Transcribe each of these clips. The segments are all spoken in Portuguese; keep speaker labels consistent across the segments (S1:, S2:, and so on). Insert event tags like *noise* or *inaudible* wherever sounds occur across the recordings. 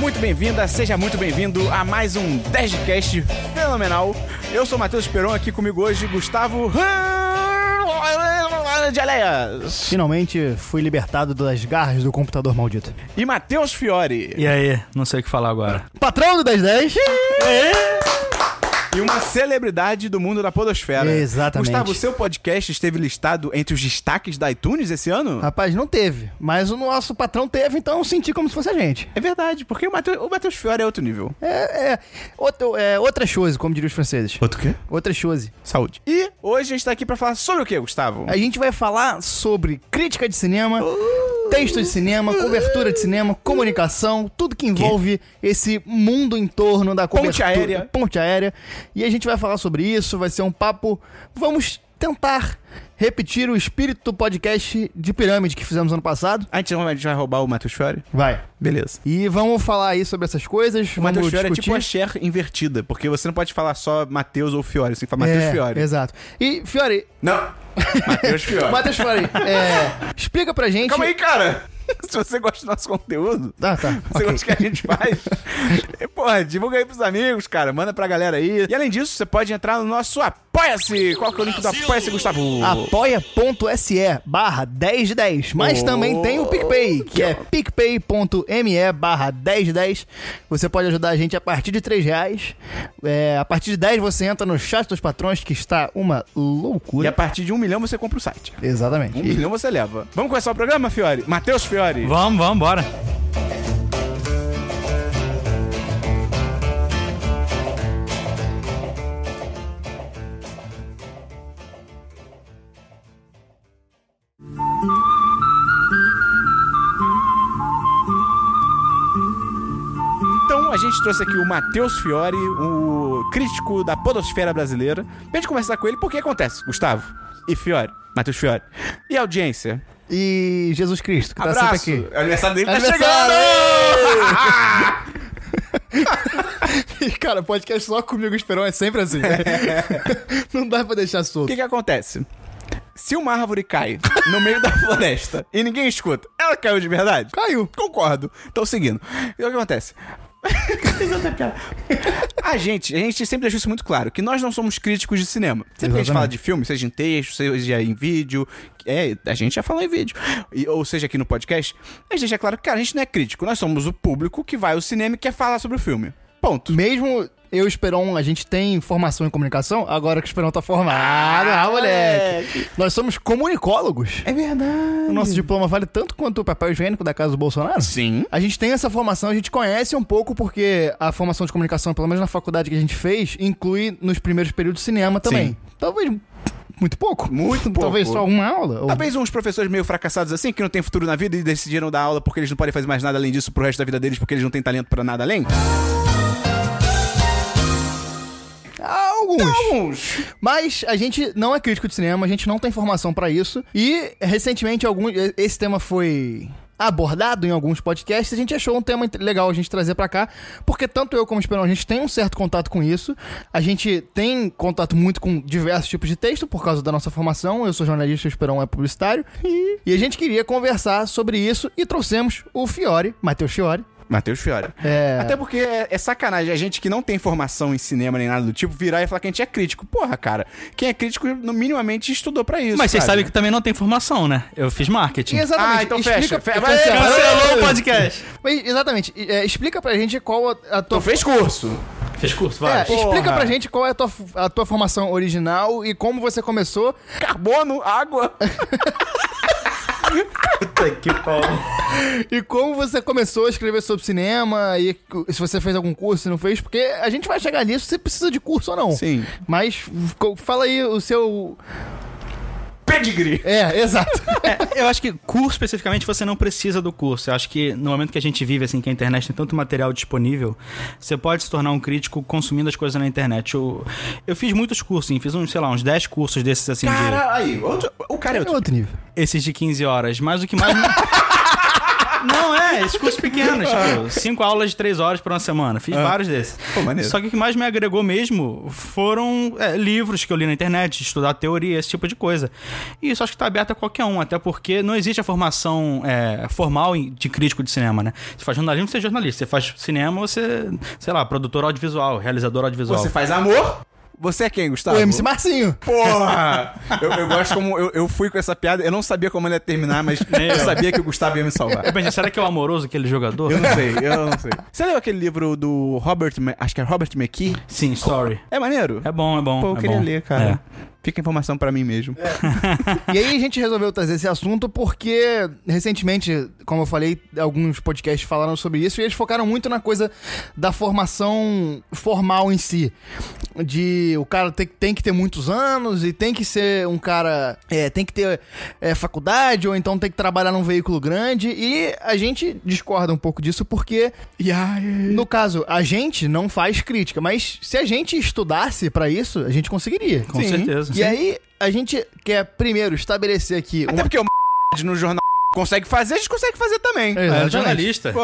S1: muito bem-vinda, seja muito bem-vindo a mais um 10 de cast fenomenal. Eu sou o Matheus Peron, aqui comigo hoje, Gustavo de Aleias
S2: Finalmente fui libertado das garras do computador maldito.
S1: e Matheus Fiore.
S3: E aí? Não sei o que falar agora.
S2: Patrão do 1010!
S1: E uma celebridade do mundo da podosfera.
S2: Exatamente.
S1: Gustavo, o seu podcast esteve listado entre os destaques da iTunes esse ano?
S2: Rapaz, não teve, mas o nosso patrão teve, então eu senti como se fosse a gente.
S1: É verdade, porque o Matheus, o Matheus Fiore é outro nível.
S2: É, é, outro, é outra chose, como diriam os franceses.
S1: Outro quê?
S2: Outra chose.
S1: Saúde. E hoje a gente tá aqui pra falar sobre o quê, Gustavo?
S2: A gente vai falar sobre crítica de cinema,
S1: Uh!
S2: texto de cinema, cobertura de cinema, comunicação, tudo que envolve esse mundo em torno da
S1: Ponte
S2: cobertura-
S1: aérea.
S2: Ponte aérea. E a gente vai falar sobre isso, vai ser um papo. Vamos tentar repetir o espírito do podcast de pirâmide que fizemos ano passado.
S1: A gente, a gente vai roubar o Matheus Fiore?
S2: Vai.
S1: Beleza.
S2: E vamos falar aí sobre essas coisas,
S1: O Matheus
S2: vamos
S1: Fiore é
S2: discutir.
S1: tipo a Cher invertida, porque você não pode falar só Matheus ou Fiore, você tem que falar Matheus
S2: É,
S1: Fiore.
S2: Exato. E Fiore,
S1: *laughs* Não! Matheus Fiore. *laughs*
S2: Matheus Fiore, é, explica pra gente.
S1: Calma aí, cara! *laughs* Se você gosta do nosso conteúdo,
S2: Tá, tá.
S1: Você
S2: ok.
S1: gosta do que a gente faz? *laughs* E, Porra, divulga aí pros amigos, cara. Manda pra galera aí. E além disso, você pode entrar no nosso Apoia-se. Qual que é o link do Apoia-se, Gustavo?
S2: apoia.se barra 10 de 10. Mas
S1: Oh.
S2: também tem o PicPay, que é picpay.me barra 10 de 10. Você pode ajudar a gente a partir de 3 reais. É, a partir de 10 você entra no chat dos patrões, que está uma
S1: E a
S2: loucura.
S1: partir de um milhão você compra o site.
S2: Exatamente.
S1: Um
S2: E-
S1: milhão você leva. Vamos começar o programa, Fiore? Matheus Fiore.
S3: Vamos, vamos, bora.
S1: Então a gente trouxe aqui o Matheus Fiore, o crítico da podosfera brasileira. Pra gente conversar com ele, porque acontece, Gustavo e Fiore, Matheus Fiore. E a audiência?
S2: E, Jesus Cristo, que tá
S1: Abraço!
S2: sempre aqui.
S1: O aniversário dele
S2: Aniversário!
S1: tá chegando!
S2: *laughs* Cara, podcast só comigo, Esperão, é sempre assim.
S1: *laughs*
S2: Não dá pra deixar
S1: O
S2: solto.
S1: que que acontece? Se uma árvore cai no meio da *laughs* floresta e ninguém escuta, ela caiu de verdade?
S2: Caiu.
S1: Concordo. Tô seguindo. E o que
S2: *laughs*
S1: acontece? a gente, a gente sempre deixou isso muito claro, que nós não somos críticos de cinema. Sempre que a gente
S2: Exatamente.
S1: fala de filme, seja em texto, seja em vídeo, é, a gente já falou em vídeo, e- ou seja aqui no podcast, a gente deixa claro que, cara, a gente não é crítico, nós somos o público que vai ao cinema e quer falar sobre o filme. Ponto.
S2: Mesmo eu e o Esperon, a gente tem formação em comunicação, agora que o Esperon tá formado, ah, moleque. Nós somos comunicólogos.
S1: É verdade.
S2: O nosso diploma vale tanto quanto o papel higiênico da casa do Bolsonaro.
S1: Sim.
S2: A gente tem essa formação, a gente conhece um pouco, porque a formação de comunicação, pelo menos na faculdade que a gente fez, inclui nos primeiros períodos cinema também.
S1: Sim.
S2: Talvez muito pouco.
S1: Muito pouco.
S2: Talvez só uma aula. ou-
S1: Talvez uns professores meio fracassados assim, que não tem futuro na vida e decidiram dar aula porque eles não podem fazer mais nada além disso pro resto da vida deles, porque eles não têm talento pra nada além.
S2: Alguns.
S1: Alguns.
S2: Mas a gente não é crítico de cinema, a gente não tem formação pra isso. E recentemente algum, esse tema foi abordado em alguns podcasts, a gente achou um tema int- legal a gente trazer pra cá, porque tanto eu como o Esperão, a gente tem um certo contato com isso. A gente tem contato muito com diversos tipos de texto por causa da nossa formação. Eu sou jornalista, o Esperão é publicitário. E, e a gente queria conversar sobre isso e trouxemos o Fiore, Matheus Fiore.
S1: Matheus Fiore.
S2: É.
S1: Até porque é, é sacanagem a gente que não tem formação em cinema nem nada do tipo virar e falar que a gente é crítico. Porra, cara. Quem é crítico no- minimamente estudou pra isso.
S3: Mas vocês
S1: sabe?
S3: sabem que também não tem formação, né? Eu fiz marketing.
S1: Ah, então fecha. Fe- vai-
S2: cancela.
S3: Cancelou o podcast.
S2: Mas, exatamente. e, é, explica pra gente qual a, a tua.
S1: Tu Então fez curso.
S3: Fez curso,
S2: É,
S3: vai.
S2: explica
S1: Porra.
S2: pra gente qual é a tua, a tua formação original e como você começou.
S1: Carbono, água. *laughs*
S2: E como você começou a escrever sobre cinema e se você fez algum curso, se não fez, porque a gente vai chegar nisso se precisa de curso ou não.
S1: Sim.
S2: Mas co- fala aí o seu.
S1: Pedigree.
S2: É, *laughs* exato.
S3: É, eu acho que curso especificamente você não precisa do curso. Eu acho que no momento que a gente vive, assim, que a internet tem tanto material disponível, você pode se tornar um crítico consumindo as coisas na internet. Eu, eu fiz muitos cursos, sim. Fiz, uns, sei lá, uns 10 cursos desses, assim, de,
S1: Cara, aí. outro- o cara é
S2: É
S1: outro.
S2: outro nível.
S3: esses de 15 horas. Mas o que mais... me- *laughs* Não, é, esses cursos pequenos, tipo, cinco aulas de três horas por uma semana. Fiz vários desses.
S1: Ah. Pô, maneiro.
S3: Só que o que mais me agregou mesmo foram é, livros que eu li na internet, estudar teoria, esse tipo de coisa. E isso acho que tá aberto a qualquer um, até porque não existe a formação é, formal em- de crítico de cinema, né? Você faz jornalismo, você é jornalista. Você faz cinema, você, sei lá, produtor audiovisual, realizador audiovisual.
S1: Você faz amor? Você é quem, Gustavo?
S2: O MC Marcinho.
S1: Porra! eu, eu gosto como. Eu, eu fui com essa piada, eu não sabia como ela ia terminar, mas eu sabia que o Gustavo ia me salvar.
S3: Eu pensei, será que é o amoroso aquele jogador?
S1: Eu não sei, eu não sei. Você leu aquele livro do Robert. Ma- acho que é Robert McKee?
S3: Sim, story.
S1: É maneiro?
S3: É bom, é bom.
S1: Pô, eu
S3: é
S1: queria
S3: bom.
S1: ler, cara.
S3: É.
S1: Fica a informação pra mim mesmo.
S2: E aí a gente resolveu trazer esse assunto porque recentemente, como eu falei, alguns podcasts falaram sobre isso e eles focaram muito na coisa da formação formal em si. De o cara tem, tem que ter muitos anos e tem que ser um cara. é, tem que ter é, faculdade ou então tem que trabalhar num veículo grande. E a gente discorda um pouco disso porque no caso, a gente não faz crítica, mas se a gente estudasse pra isso, a gente conseguiria.
S3: Com certeza.
S2: E aí, a gente quer primeiro estabelecer aqui.
S1: Até porque o no jornal consegue fazer, a gente consegue fazer também.
S2: É,
S3: É,
S2: exatamente.
S3: jornalista.
S1: Pô.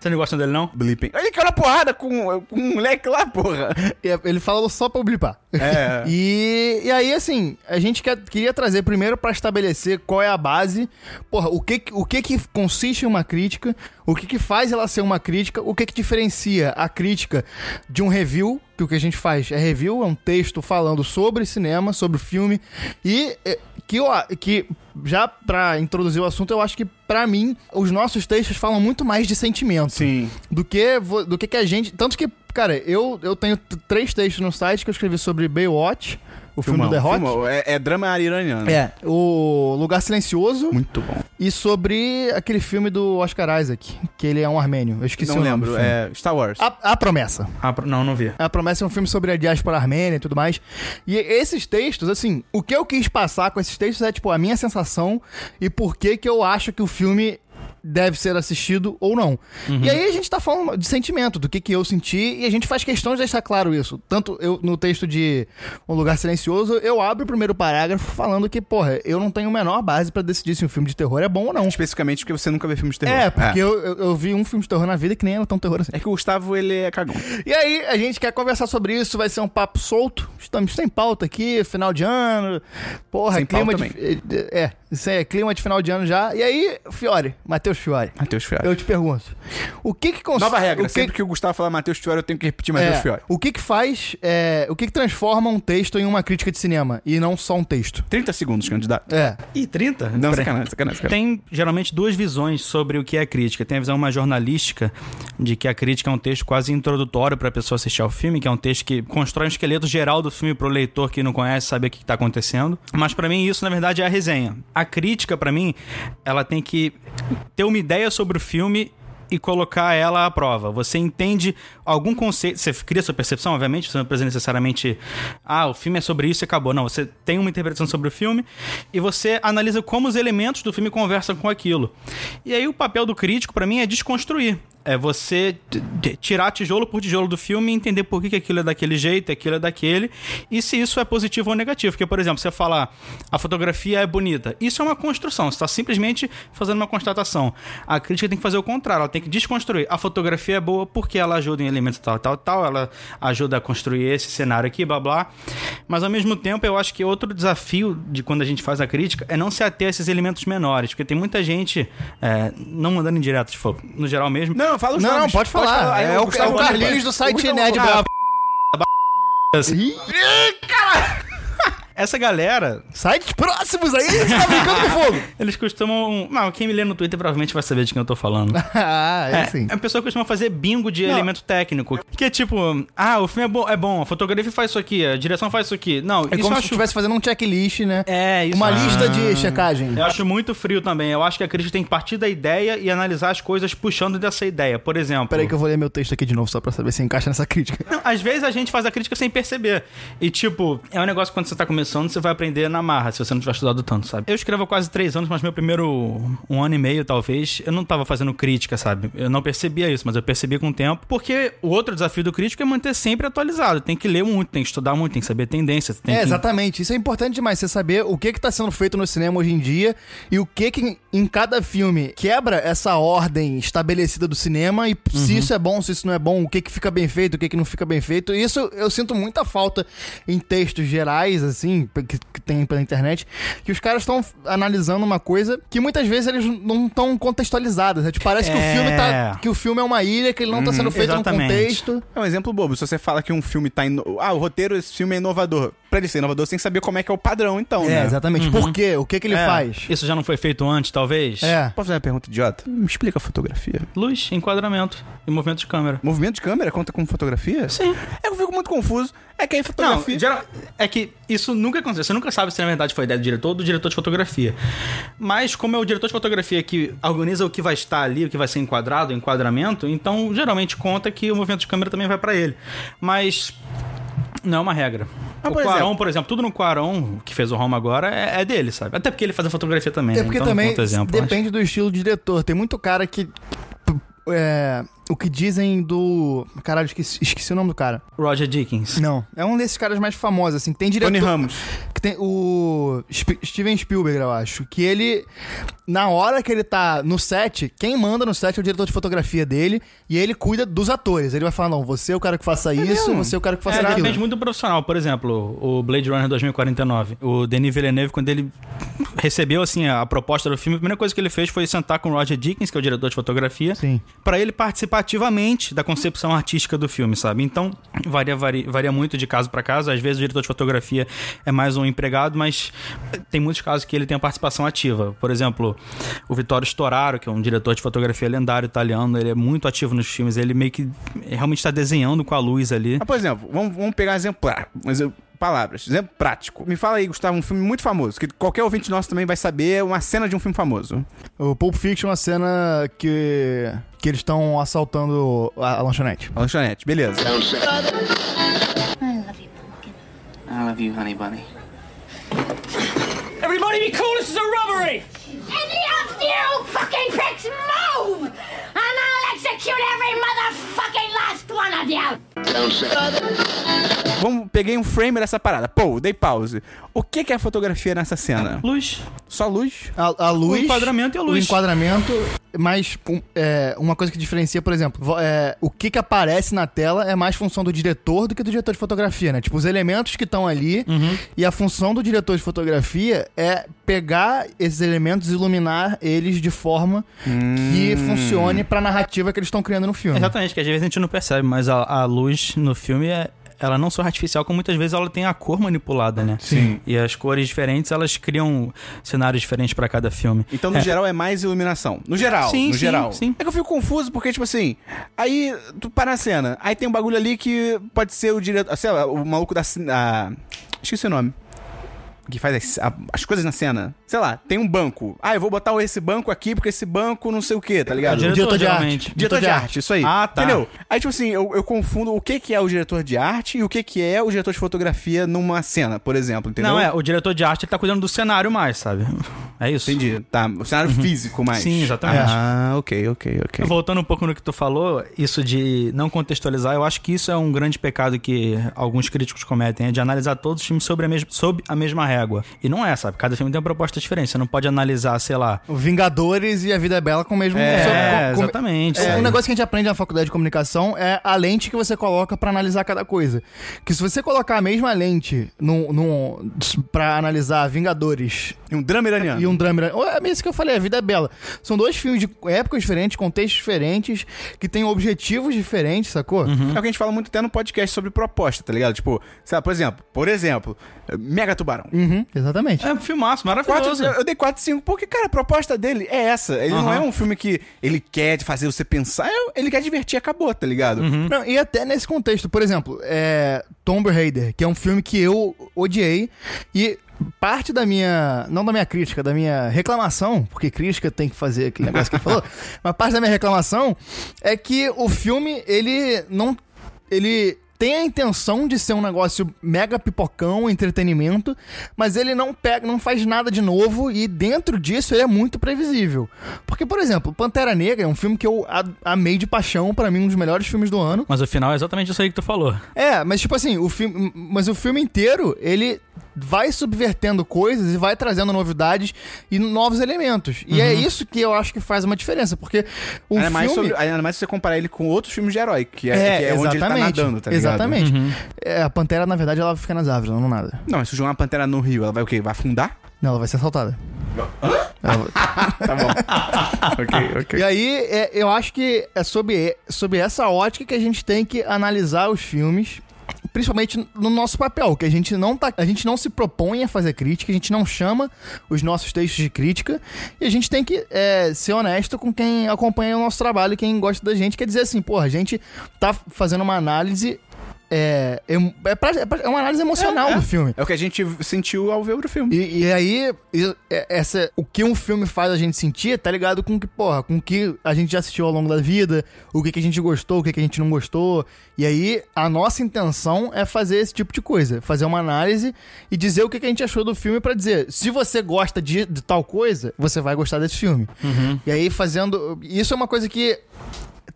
S3: Você não gosta dele, não?
S1: Blipping. Ele caiu na porrada com, com um moleque lá, porra.
S2: É, Ele falou só pra eu blipar.
S1: É.
S2: E, e aí, assim, a gente quer- queria trazer primeiro pra estabelecer qual é a base, porra, o que, que- o que que consiste em uma crítica, o que que faz ela ser uma crítica, o que que diferencia a crítica de um review, que o que a gente faz é review, é um texto falando sobre cinema, sobre o filme, e é, que, eu a- que já pra introduzir o assunto, eu acho que pra mim, os nossos textos falam muito mais de sentimento
S1: Sim.
S2: do que vo- do que, que a gente. Tanto que, cara, eu, eu tenho t- três textos no site que eu escrevi sobre Baywatch, o filme do The Rock.
S1: Filmão. É, é drama iraniano.
S2: É, o Lugar Silencioso
S1: Muito bom.
S2: e sobre aquele filme do Oscar Isaac, que ele é um armênio. Eu esqueci
S1: não
S2: o nome
S1: lembro.
S2: do filme.
S1: É Star Wars.
S2: A, a Promessa.
S3: Ah, pro- não, não vi.
S2: A Promessa é um filme sobre a diáspora armênia e tudo mais. E esses textos, assim, o que eu quis passar com esses textos é, tipo, a minha sensação e por que que eu acho que o filme deve ser assistido ou não. E aí a gente tá falando de sentimento, do que que eu senti, e a gente faz questão de deixar claro isso. Tanto eu, no texto de Um Lugar Silencioso, eu abro o primeiro parágrafo falando que, porra, eu não tenho a menor base pra decidir se um filme de terror é bom ou não.
S1: Especificamente porque você nunca vê filme de terror.
S2: É, porque Eu, eu, eu vi um filme de terror na vida que nem era tão terror assim.
S1: É que o Gustavo, ele é cagão.
S2: E aí, a gente quer conversar sobre isso, vai ser um papo solto. Estamos sem pauta aqui, final de ano. Porra,
S1: Sem
S2: clima
S1: pauta
S2: de. É, isso aí é clima de final de ano já. E aí, Fiore, Matheus Fiore,
S1: Matheus Fiore.
S2: eu te pergunto: o que que cons-
S1: Nova regra.
S2: o que...
S1: Sempre que o Gustavo falar Matheus Fiore, eu tenho que repetir Matheus
S2: é,
S1: Fiore.
S2: o que que faz, é, o que que transforma um texto em uma crítica de cinema e não só um texto?
S1: 30 segundos, candidato.
S2: É,
S3: Ih, 30?
S1: Não, sacanagem, sacanagem. sacanagem.
S3: Tem geralmente duas visões sobre o que é crítica. Tem a visão mais jornalística, de que a crítica é um texto quase introdutório para a pessoa assistir ao filme, que é um texto que constrói um esqueleto geral do filme para o leitor que não conhece saber o que está acontecendo. Mas para mim isso na verdade é a resenha. A crítica para mim, ela tem que ter uma ideia sobre o filme e colocar ela à prova. Você entende algum conceito, você cria sua percepção, obviamente, você não precisa necessariamente, ah, o filme é sobre isso e acabou. Não, você tem uma interpretação sobre o filme e você analisa como os elementos do filme conversam com aquilo. E aí o papel do crítico, pra mim, é desconstruir. É você t- t- tirar tijolo por tijolo do filme e entender por que, que aquilo é daquele jeito, aquilo é daquele, e se isso é positivo ou negativo. Porque, por exemplo, você falar a fotografia é bonita. Isso é uma construção, você está simplesmente fazendo uma constatação. A crítica tem que fazer o contrário, ela tem que desconstruir. A fotografia é boa porque ela ajuda em elementos tal, tal, tal, ela ajuda a construir esse cenário aqui, blá, blá. Mas, ao mesmo tempo, eu acho que outro desafio de quando a gente faz a crítica é não se ater a esses elementos menores, porque tem muita gente, é, não mandando em direto, tipo, no geral mesmo,
S1: Não, não, fala os
S2: Não,
S1: nomes.
S2: não, pode falar.
S1: Aí
S2: É o-
S1: Gustavo
S2: é o
S1: manda
S2: Carlinhos
S1: pra-
S2: do site
S1: Gustavo-
S2: Nerd
S1: Ah,
S2: Bravo.
S3: essa galera
S2: sites próximos aí, você tá brincando com fogo. *laughs*
S3: Eles costumam. Não, quem me lê no Twitter provavelmente vai saber de quem eu tô falando.
S2: ah, *laughs* é, sim.
S3: A pessoa costuma fazer bingo de elemento técnico. Que é tipo, ah, o filme é bom, é bom, a fotografia faz isso aqui, a direção faz isso aqui. Não,
S2: É
S3: isso
S2: como
S3: eu
S2: se
S3: acho.
S2: estivesse fazendo um checklist, né?
S3: É, isso
S2: Uma
S3: eu acho-
S2: lista de checagem.
S3: Eu acho muito frio também. Eu acho que a crítica tem que partir da ideia e analisar as coisas puxando dessa ideia. Por exemplo.
S2: Peraí que eu vou ler meu texto aqui de novo só pra saber se encaixa nessa crítica.
S3: Não, às vezes a gente faz a crítica sem perceber. E, tipo, é um negócio que quando você tá come- Sono você vai aprender na marra, se você não tiver estudado tanto, sabe? Eu escrevo há quase três anos, mas meu primeiro um ano e meio, talvez, eu não tava fazendo crítica, sabe? Eu não percebia isso, mas eu percebi com o tempo, porque o outro desafio do crítico é manter sempre atualizado. Tem que ler muito, tem que estudar muito, tem que saber tendências, tem
S2: É,
S3: que...
S2: exatamente. Isso é importante demais, você saber o que que tá sendo feito no cinema hoje em dia e o que que em cada filme quebra essa ordem estabelecida do cinema e se isso é bom, se isso não é bom, o que que fica bem feito, o que que não fica bem feito. Isso eu sinto muita falta em textos gerais, assim, que, que tem pela internet, que os caras estão analisando uma coisa que muitas vezes eles não estão contextualizadas. Né? Tipo, parece que o
S3: É.
S2: filme tá, que o filme é uma ilha, que ele não tá sendo feito num
S3: exatamente.
S2: contexto.
S1: É um exemplo bobo. Se você fala que um filme tá. Ino... Ah, o roteiro desse filme é inovador. Pra ele ser inovador, você tem que saber como é que é o padrão, então, né?
S2: É, exatamente. Por quê? O que que ele
S3: É,
S2: faz?
S3: Isso já não foi feito antes, talvez?
S2: É.
S1: Posso fazer uma pergunta idiota? Me explica a fotografia.
S3: Luz, enquadramento e movimento de câmera.
S1: Movimento de câmera conta como fotografia?
S3: Sim.
S1: É que eu fico muito confuso. É que aí
S3: Não,
S1: fotografia.
S3: geral- é que isso nunca aconteceu. Você nunca sabe se na verdade foi ideia do diretor ou do diretor de fotografia. Mas, como é o diretor de fotografia que organiza o que vai estar ali, o que vai ser enquadrado, o enquadramento, então geralmente conta que o movimento de câmera também vai pra ele. Mas. Não é uma regra.
S1: Ah,
S3: o
S1: por
S3: Quaron,
S1: exemplo.
S3: por exemplo, tudo no Quaron, que fez o Roma agora, é, é dele, sabe? Até porque ele faz a fotografia também.
S2: É
S3: né?
S2: porque
S3: Então não
S2: também
S3: conta exemplo, mas-
S2: depende do estilo de diretor. Tem muito cara que. p- é, o que dizem do. Caralho, esqueci, esqueci o nome do cara.
S3: Roger Dickens.
S2: Não. É um desses caras mais famosos, assim. que Tem diretor.
S1: Tony Ramos.
S2: Que tem o. Sp- Steven Spielberg, eu acho. Que ele. Na hora que ele tá no set, quem manda no set é o diretor de fotografia dele. E ele cuida dos atores. Ele vai falar: não, você é o cara que faça isso,
S1: mesmo?
S2: você é o cara que faça
S3: É,
S2: aquilo.
S3: depende muito do profissional. Por exemplo, o Blade Runner 2049. O Denis Villeneuve, quando ele recebeu assim a proposta do filme, a primeira coisa que ele fez foi sentar com o Roger Dickens, que é o diretor de fotografia,
S2: Sim.
S3: para ele participar ativamente da concepção artística do filme, sabe? Então, varia, varia, varia muito de caso para caso. Às vezes o diretor de fotografia é mais um empregado, mas tem muitos casos que ele tem a participação ativa. Por exemplo, o Vittorio Storaro, que é um diretor de fotografia lendário italiano, ele é muito ativo nos filmes, ele meio que realmente está desenhando com a luz ali.
S1: Ah, por exemplo, vamos, vamos pegar um exemplo. pra- um exemplo- Palavras, exemplo prático. Me fala aí, Gustavo, um filme muito famoso, que qualquer ouvinte nosso também vai saber uma cena de um filme famoso.
S2: O Pulp Fiction é uma cena que. que eles estão assaltando a- a lanchonete.
S1: A lanchonete, beleza.
S4: I love you, pumpkin.
S5: I love you, honey bunny.
S6: Everybody be cool, this is a robbery!
S4: Any of you fucking pricks move! And I'll execute every motherfucking last one of you!
S1: Vamos, peguei um frame dessa parada. Pô, dei pause. O que, que é a fotografia nessa cena?
S3: Luz.
S1: Só luz?
S2: A, a luz.
S3: O enquadramento e a luz.
S2: O enquadramento, mas um, é, uma coisa que diferencia, por exemplo, vo- é, o que, que aparece na tela é mais função do diretor do que do diretor de fotografia, né? Tipo, os elementos que estão ali
S3: Uhum.
S2: e a função do diretor de fotografia é pegar esses elementos e iluminar eles de forma que funcione pra narrativa que eles estão criando no
S1: Uhum.
S2: filme.
S3: Exatamente, que às vezes a gente não percebe, mas a, a luz no filme é. Ela não só é artificial, como muitas vezes ela tem a cor manipulada, né?
S1: Sim.
S3: E as cores diferentes, elas criam cenários diferentes pra cada filme.
S1: Então, no
S3: É.
S1: geral, é mais iluminação. No geral,
S3: Sim,
S1: no
S3: sim,
S1: geral.
S3: sim.
S1: É que eu fico confuso porque, tipo assim, aí tu para a cena, aí tem um bagulho ali que pode ser o diretor, sei lá, o maluco da... cin- a- esqueci o nome. Que faz as, a- as coisas na cena. Sei lá, tem um banco. Ah, eu vou botar esse banco aqui porque esse banco não sei o que, tá ligado?
S3: É o diretor,
S2: diretor de
S3: geralmente.
S2: arte.
S1: Diretor de arte, isso aí.
S3: Ah, tá.
S1: Entendeu? Aí, tipo assim, eu, eu confundo o que, que é o diretor de arte e o que, que é o diretor de fotografia numa cena, por exemplo, entendeu?
S3: Não, é, o diretor de arte ele tá cuidando do cenário mais, sabe? É isso.
S1: Entendi. Tá, o cenário físico mais.
S3: Sim, exatamente.
S1: Ah, ok, ok, ok.
S3: Voltando um pouco no que tu falou, isso de não contextualizar, eu acho que isso é um grande pecado que alguns críticos cometem, é de analisar todos os filmes sobre a mesma, sob a mesma régua. E não é, sabe? Cada filme tem uma proposta diferente. Você não pode analisar, sei lá.
S2: O Vingadores e a Vida é Bela com o mesmo.
S3: É,
S2: com- com-
S3: exatamente.
S2: É,
S3: sabe?
S2: um negócio que a gente aprende na faculdade de comunicação é a lente que você coloca pra analisar cada coisa. Que se você colocar a mesma lente num, num, pra analisar Vingadores
S1: E um drama iraniano.
S2: e um drama. Ou é isso que eu falei, a vida é bela. São dois filmes de épocas diferentes, contextos diferentes, que têm objetivos diferentes, sacou?
S1: É
S3: Uhum.
S1: o que a gente fala muito até no podcast sobre proposta, tá ligado? Tipo, sei lá, por exemplo, por exemplo, Mega Tubarão.
S2: Uhum, exatamente.
S3: É um filmaço
S1: Quatro-
S3: maravilhoso.
S1: eu eu dei 4 5 porque, cara, a proposta dele é essa. Ele não
S3: Aham.
S1: é um filme que ele quer fazer você pensar, é- ele quer divertir, acabou, tá ligado?
S2: Não, e até nesse contexto, por exemplo, é Tomb Raider, que é um filme que eu odiei e parte da minha, não da minha crítica, da minha reclamação, porque crítica tem que fazer aquele negócio que ele falou, mas parte da minha reclamação é que o filme ele não ele tem a intenção de ser um negócio mega pipocão, entretenimento, mas ele não pega, não faz nada de novo e dentro disso ele é muito previsível. Porque, por exemplo, Pantera Negra é um filme que eu a- amei de paixão, pra mim um dos melhores filmes do ano.
S3: Mas o final é exatamente isso aí que tu falou.
S2: É, mas tipo assim, o filme, mas o filme inteiro, ele vai subvertendo coisas e vai trazendo novidades e novos elementos. E é isso que eu acho que faz uma diferença, porque
S1: ainda,
S2: um
S1: Uhum. é mais
S2: filme
S1: sobre- ainda mais se você comparar ele com outros filmes de herói, que é, que é onde ele tá
S2: exatamente,
S1: nadando, tá ligado?
S2: Exatamente. É, a pantera, na verdade, ela fica nas árvores, ela não nada.
S1: Não, mas se jogar uma pantera no rio, ela vai o quê? Vai afundar?
S2: Não, ela vai ser assaltada. Ela-
S1: *laughs* Tá bom.
S2: *laughs*
S1: ok, ok.
S2: E aí, é, eu acho que é sobre, sobre essa ótica que a gente tem que analisar os filmes. Principalmente no nosso papel, que a gente não tá, a gente não se propõe a fazer crítica, a gente não chama os nossos textos de crítica, e a gente tem que é, ser honesto com quem acompanha o nosso trabalho, quem gosta da gente, quer dizer assim, porra, a gente tá fazendo uma análise. É, em- é, pra- é pra- é uma análise emocional do filme.
S1: É o que a gente sentiu ao ver o filme.
S2: E, e aí, e- é- essa, o que um filme faz a gente sentir, tá ligado com que, porra, com o que a gente já assistiu ao longo da vida, o que, que a gente gostou, o que, que a gente não gostou. E aí, a nossa intenção é fazer esse tipo de coisa, fazer uma análise e dizer o que, que a gente achou do filme pra dizer, se você gosta de, de tal coisa, você vai gostar desse filme. E aí, fazendo. Isso é uma coisa que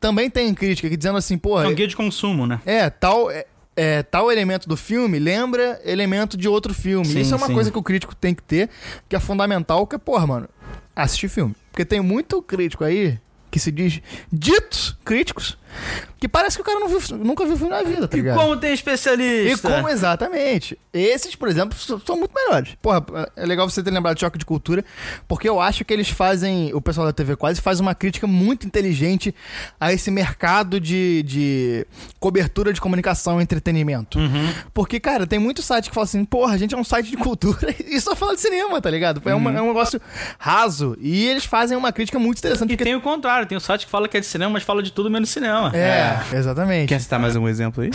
S2: também tem crítica, que dizendo assim, porra.
S3: É um guia de consumo, né?
S2: É, tal. É, é, tal elemento do filme lembra elemento de outro filme.
S3: Sim,
S2: Isso é uma
S3: sim.
S2: coisa que o crítico tem que ter, que é fundamental, que é, porra, mano, assistir filme. Porque tem muito crítico aí que se diz ditos críticos, que parece que o cara não viu- nunca viu filme na vida, tá ligado?
S3: Como tem
S2: E
S3: especialista?
S2: como é exatamente? Esses, por exemplo, so- são muito melhores. Porra, é legal você ter lembrado de Choque de Cultura, porque eu acho que eles fazem, o pessoal da TV quase faz uma crítica muito inteligente a esse mercado de, de cobertura de comunicação e entretenimento.
S3: Uhum.
S2: Porque, cara, tem muito site que fala assim, porra, a gente é um site de cultura *laughs* e só fala de cinema, tá ligado? É,
S3: Uhum.
S2: uma- é um negócio raso. E eles fazem uma crítica muito interessante.
S3: E
S2: porque-
S3: tem o contrário, tem o site que fala que é de cinema, mas fala de tudo menos cinema.
S2: É, exatamente.
S1: Quer citar mais um exemplo aí?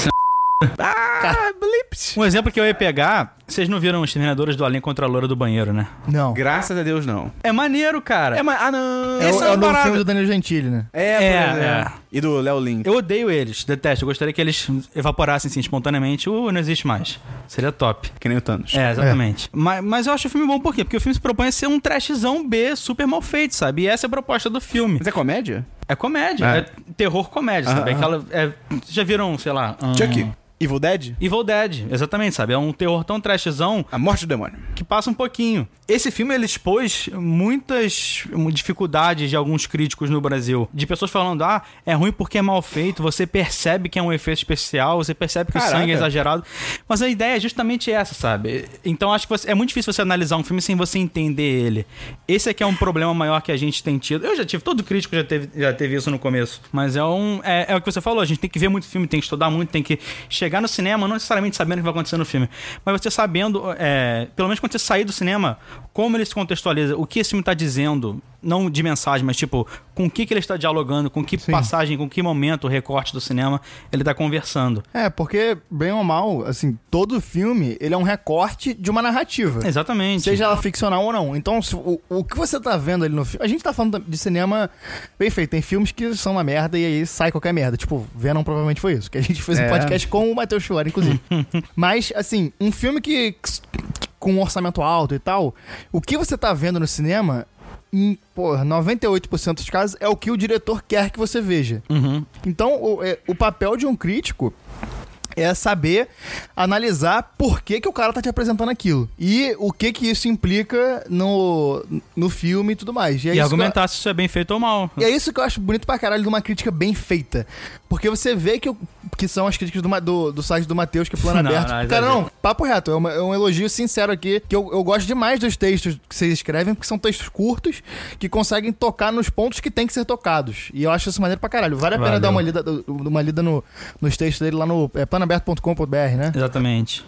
S1: ah, blips.
S3: Um exemplo que eu ia pegar, vocês não viram os Terminadores do Além contra a Loura do Banheiro, né?
S2: Não.
S1: Graças a Deus, não.
S3: É maneiro, cara.
S1: É, mas... Ah, não.
S2: É, o-
S3: Essa
S2: é
S3: é
S2: o
S3: uma
S2: novo
S3: parada.
S2: filme do Daniel Gentili, né?
S1: É,
S3: É,
S1: pois é.
S3: é.
S1: E do Léo Lin.
S3: Eu odeio eles, detesto. Eu gostaria que eles evaporassem assim, espontaneamente. Uh, não existe mais. Seria top.
S1: Que nem o Thanos.
S3: É, exatamente. Mas, mas eu acho o filme bom por quê? Porque o filme se propõe a ser um trashzão B super mal feito, sabe? E essa é a proposta do filme.
S1: Mas é comédia?
S3: É comédia,
S1: É.
S3: é, terror comédia, sabe?
S1: Ah, ah.
S3: Aquela. É, vocês já viram, sei lá. um-
S1: Chucky. Evil Dead?
S3: Evil Dead, exatamente, sabe? É um terror tão trashzão
S1: A Morte do Demônio.
S3: que passa um pouquinho. Esse filme ele expôs muitas dificuldades de alguns críticos no Brasil. De pessoas falando: ah, é ruim porque é mal feito, você percebe que é um efeito especial, você percebe que
S1: Caraca.
S3: o sangue é exagerado. Mas a ideia é justamente essa, sabe? Então acho que você- é muito difícil você analisar um filme sem você entender ele. Esse aqui é um problema maior que a gente tem tido. Eu já tive, todo crítico já teve, já teve isso no começo. Mas é um. É, é o que você falou, a gente tem que ver muito filme, tem que estudar muito, tem que chegar no cinema, não necessariamente sabendo o que vai acontecer no filme. Mas você sabendo, é, pelo menos quando você sair do cinema, como ele se contextualiza, o que esse filme tá dizendo, não de mensagem, mas tipo, com o que, que ele está dialogando, com que passagem, com que momento, recorte do cinema ele tá conversando.
S2: É, porque, bem ou mal, assim, todo filme, ele é um recorte de uma narrativa.
S3: Exatamente.
S2: Seja ela ficcional ou não. Então, se- o, o que você tá vendo ali no filme... A gente tá falando de cinema... Bem feito, tem filmes que são uma merda e aí sai qualquer merda. Tipo, Venom provavelmente foi isso. Que a gente fez um
S1: É.
S2: podcast com o Matheus Schuller, inclusive. Mas, assim, um filme que... que- Com um orçamento alto e tal. O que você tá vendo no cinema... Em, porra, 98% dos casos é o que o diretor quer que você veja.
S3: Uhum.
S2: Então, o, é, o papel de um crítico é saber analisar por que, que o cara tá te apresentando aquilo. E o que que isso implica no, no filme e tudo mais. é
S3: e
S2: isso que eu-
S3: argumentar se isso é bem feito ou mal.
S2: e é isso que eu acho bonito pra caralho de uma crítica bem feita. Porque você vê que, o- que são as críticas do, Ma- do, do site do Matheus, que é plano
S3: *laughs* Não,
S2: aberto.
S3: não,
S2: cara,
S3: exagero.
S2: não, papo reto. É, uma- é um elogio sincero aqui. Que eu, eu gosto demais dos textos que vocês escrevem, porque são textos curtos que conseguem tocar nos pontos que têm que ser tocados. E eu acho isso maneiro pra caralho. Vale a pena
S3: Valeu.
S2: dar uma lida, uma lida no, nos textos dele lá no é, planoaberto.com.br, né?
S3: Exatamente.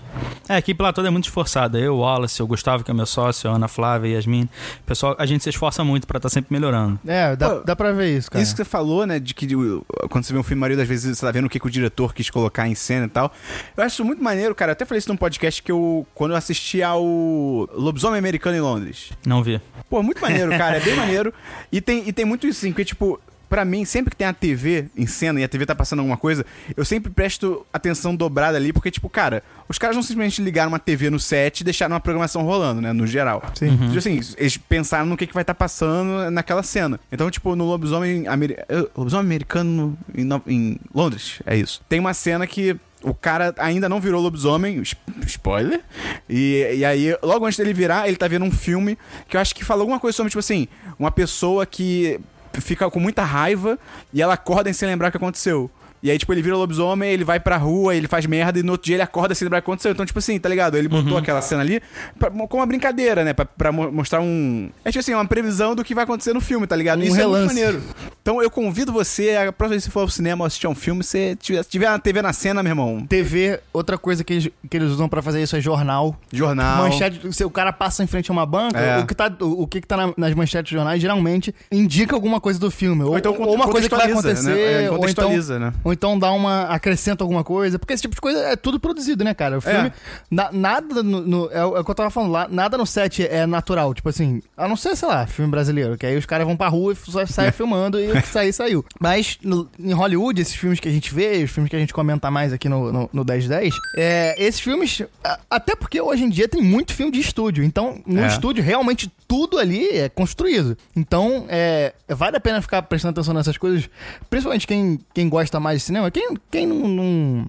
S3: É, a equipe lá toda é muito esforçada. Eu, o Wallace, o Gustavo, que é meu sócio, a Ana Flávia, a Yasmin. Pessoal, a gente se esforça muito pra estar sempre melhorando.
S2: É, dá,
S1: Pô,
S2: dá pra ver isso, cara.
S1: Isso que você falou, né? De que o- quando você vê um filme, a maioria das vezes você tá vendo o que, que o diretor quis colocar em cena e tal. Eu acho isso muito maneiro, cara. Eu até falei isso num podcast que eu. Quando eu assisti ao Lobisomem Americano em Londres.
S3: Não vi.
S1: Pô, muito maneiro, cara. É bem maneiro. E tem, e tem muito isso, assim, que tipo. pra mim, sempre que tem a TV em cena e a TV tá passando alguma coisa, eu sempre presto atenção dobrada ali, porque, tipo, cara, os caras não simplesmente ligaram uma TV no set e deixaram uma programação rolando, né? No geral. Sim. Tipo assim, eles pensaram no que, que vai estar passando naquela cena. Então, tipo, no Lobisomem, Ameri- eh, Lobisomem Americano em, No- em Londres, é isso. Tem uma cena que o cara ainda não virou lobisomem, sp- spoiler. E, e aí, logo antes dele virar, ele tá vendo um filme que eu acho que fala alguma coisa sobre, tipo assim, uma pessoa que fica com muita raiva e ela acorda sem lembrar o que aconteceu. E aí, tipo, ele vira lobisomem, ele vai pra rua, ele faz merda e no outro dia ele acorda sem lembrar o que aconteceu. Então, tipo assim, tá ligado? Ele
S2: Uhum.
S1: botou aquela cena ali pra- como uma brincadeira, né? Pra, pra mo- mostrar um. É tipo assim, uma previsão do que vai acontecer no filme, tá ligado?
S2: Um
S1: Isso é muito
S2: relance.
S1: maneiro. Então eu convido você, a próxima vez que você for ao cinema assistir a um filme, você tiver, se tiver a TV na cena, meu irmão,
S2: TV, outra coisa que eles, que eles usam pra fazer isso é jornal.
S1: jornal.
S2: Manchete, se o cara passa em frente a uma banca,
S1: É.
S2: o que tá, o, o que que tá na- nas manchetes dos jornais geralmente indica alguma coisa do filme. Ou,
S1: então
S2: ou uma coisa que vai
S1: contextualiza, né?
S2: acontecer.
S1: É,
S2: ou, então,
S1: contextualiza, né?
S2: ou então dá uma. acrescenta alguma coisa. Porque esse tipo de coisa é tudo produzido, né, cara? O filme.
S1: É.
S2: na- nada no. no- é, o é o que eu tava falando lá, nada no set é natural. Tipo assim, a não ser, sei lá, filme brasileiro, que aí os caras vão pra rua e só saem filmando e o que sair, saiu. Mas no- em Hollywood, esses filmes que a gente vê, os filmes que a gente comenta mais aqui no, no, no 1010, é, esses filmes. a- Até porque hoje em dia tem muito filme de estúdio. Então, no
S1: É.
S2: estúdio, realmente tudo ali é construído. Então, é, vale a pena ficar prestando atenção nessas coisas. Principalmente quem, quem gosta mais de cinema, quem, quem não. não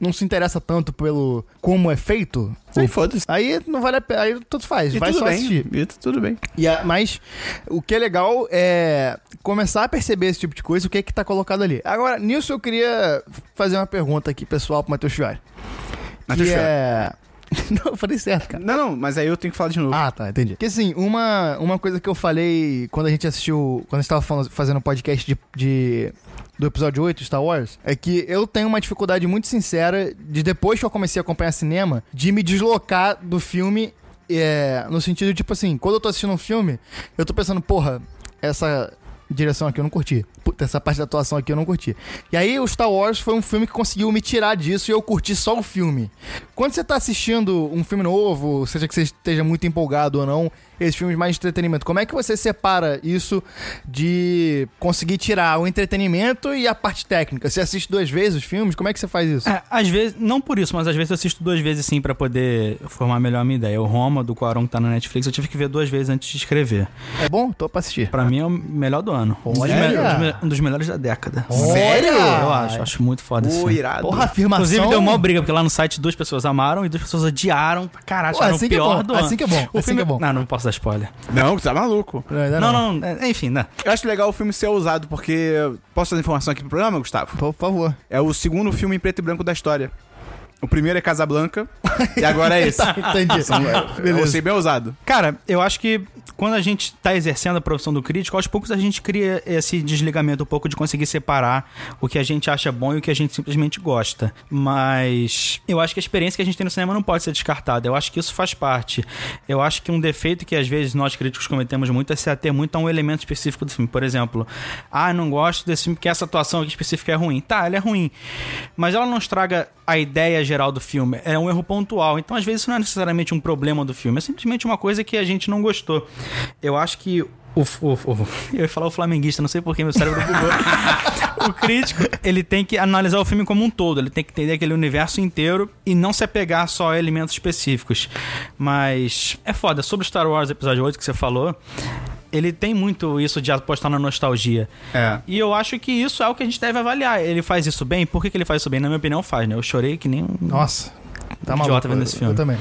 S2: não se interessa tanto pelo como é feito,
S1: Sim, foda-se.
S2: Aí não vale a pena, aí tudo faz,
S1: E
S2: vai
S1: tudo
S2: só
S1: bem.
S2: assistir.
S1: E tu- tudo bem.
S2: E a- mas o que é legal é começar a perceber esse tipo de coisa, o que é que tá colocado ali. Agora, nisso eu queria fazer uma pergunta aqui, pessoal, pro Matheus Fiore.
S1: Matheus
S2: que
S1: Fiore.
S2: é... *laughs* Não, eu falei certo, cara.
S1: Não, não, mas aí eu tenho que falar de novo.
S2: Ah, tá, entendi. Porque assim, uma, uma coisa que eu falei quando a gente assistiu, quando a gente tava falando- fazendo um podcast de, de- do episódio 8 de Star Wars, é que eu tenho uma dificuldade muito sincera de depois que eu comecei a acompanhar cinema, de me deslocar do filme, é, no sentido, tipo assim, quando eu tô assistindo um filme, eu tô pensando, porra, essa direção aqui eu não curti. Puta, essa parte da atuação aqui eu não curti. E aí o Star Wars foi um filme que conseguiu me tirar disso e eu curti só o filme. Quando você tá assistindo um filme novo, seja que você esteja muito empolgado ou não, esses filmes mais de entretenimento, como é que você separa isso de conseguir tirar o entretenimento e a parte técnica? Você assiste duas vezes os filmes, como é que você faz isso?
S3: É, às vezes, não por isso, mas às vezes eu assisto duas vezes sim pra poder formar melhor a minha ideia. O Roma, do Quaron, que tá na Netflix, eu tive que ver duas vezes antes de escrever.
S2: É bom? Tô pra assistir.
S3: Pra mim é o melhor do ano. Um dos,
S2: Olha!
S3: me- um dos me- um dos melhores da década.
S2: Sério?
S3: Eu acho, acho muito foda esse
S1: Pô,
S3: filme.
S1: irado.
S2: Porra, afirmação.
S3: Inclusive, deu uma briga, porque lá no site duas pessoas amaram e duas pessoas odiaram. pra Caralho,
S2: Pô,
S3: acharam
S2: assim
S3: o
S2: que é
S3: pior
S2: bom,
S3: do ano.
S2: assim que é bom,
S3: O
S2: assim
S3: filme...
S2: que é bom.
S3: Não, não posso dar spoiler.
S1: Não, tu tá maluco.
S2: Não, ainda
S3: Não,
S2: não.
S3: não, é- enfim, né?
S1: Eu acho legal o filme ser ousado, porque. Posso trazer informação aqui pro programa, Gustavo?
S2: Por
S3: *laughs*
S2: favor.
S1: É o segundo filme em preto e branco da história. O primeiro é
S2: *laughs*
S1: Casablanca, e agora é esse.
S2: Entendi.
S3: é.
S1: Eu
S2: Tá, Beleza.
S1: sei bem ousado.
S3: Cara, eu acho que quando a gente tá exercendo a profissão do crítico, aos poucos a gente cria esse desligamento um pouco de conseguir separar o que a gente acha bom e o que a gente simplesmente gosta. Mas eu acho que a experiência que a gente tem no cinema não pode ser descartada. Eu acho que isso faz parte. Eu acho que um defeito que às vezes nós críticos cometemos muito é se ater muito a um elemento específico do filme. Por exemplo, ah, não gosto desse filme porque essa atuação aqui específica é ruim. Tá, ela é ruim. Mas ela não estraga a ideia geral do filme. É um erro pontual. Então, às vezes, isso não é necessariamente um problema do filme. É simplesmente uma coisa que a gente não gostou. Eu acho que. O, f- *laughs* o, o- eu ia falar o flamenguista, não sei por que meu cérebro bugou. *laughs* o crítico, ele tem que analisar o filme como um todo, ele tem que entender aquele universo inteiro e não se apegar só a elementos específicos. Mas é foda. Sobre Star Wars Episódio 8 que você falou, ele tem muito isso de apostar na nostalgia.
S1: É.
S3: E eu acho que isso é o que a gente deve avaliar. Ele faz isso bem? Por que, que ele faz isso bem? Na minha opinião, faz, né? Eu chorei que nem um.
S2: Nossa, tá maluco.
S3: Idiota vendo esse filme.
S2: Eu também.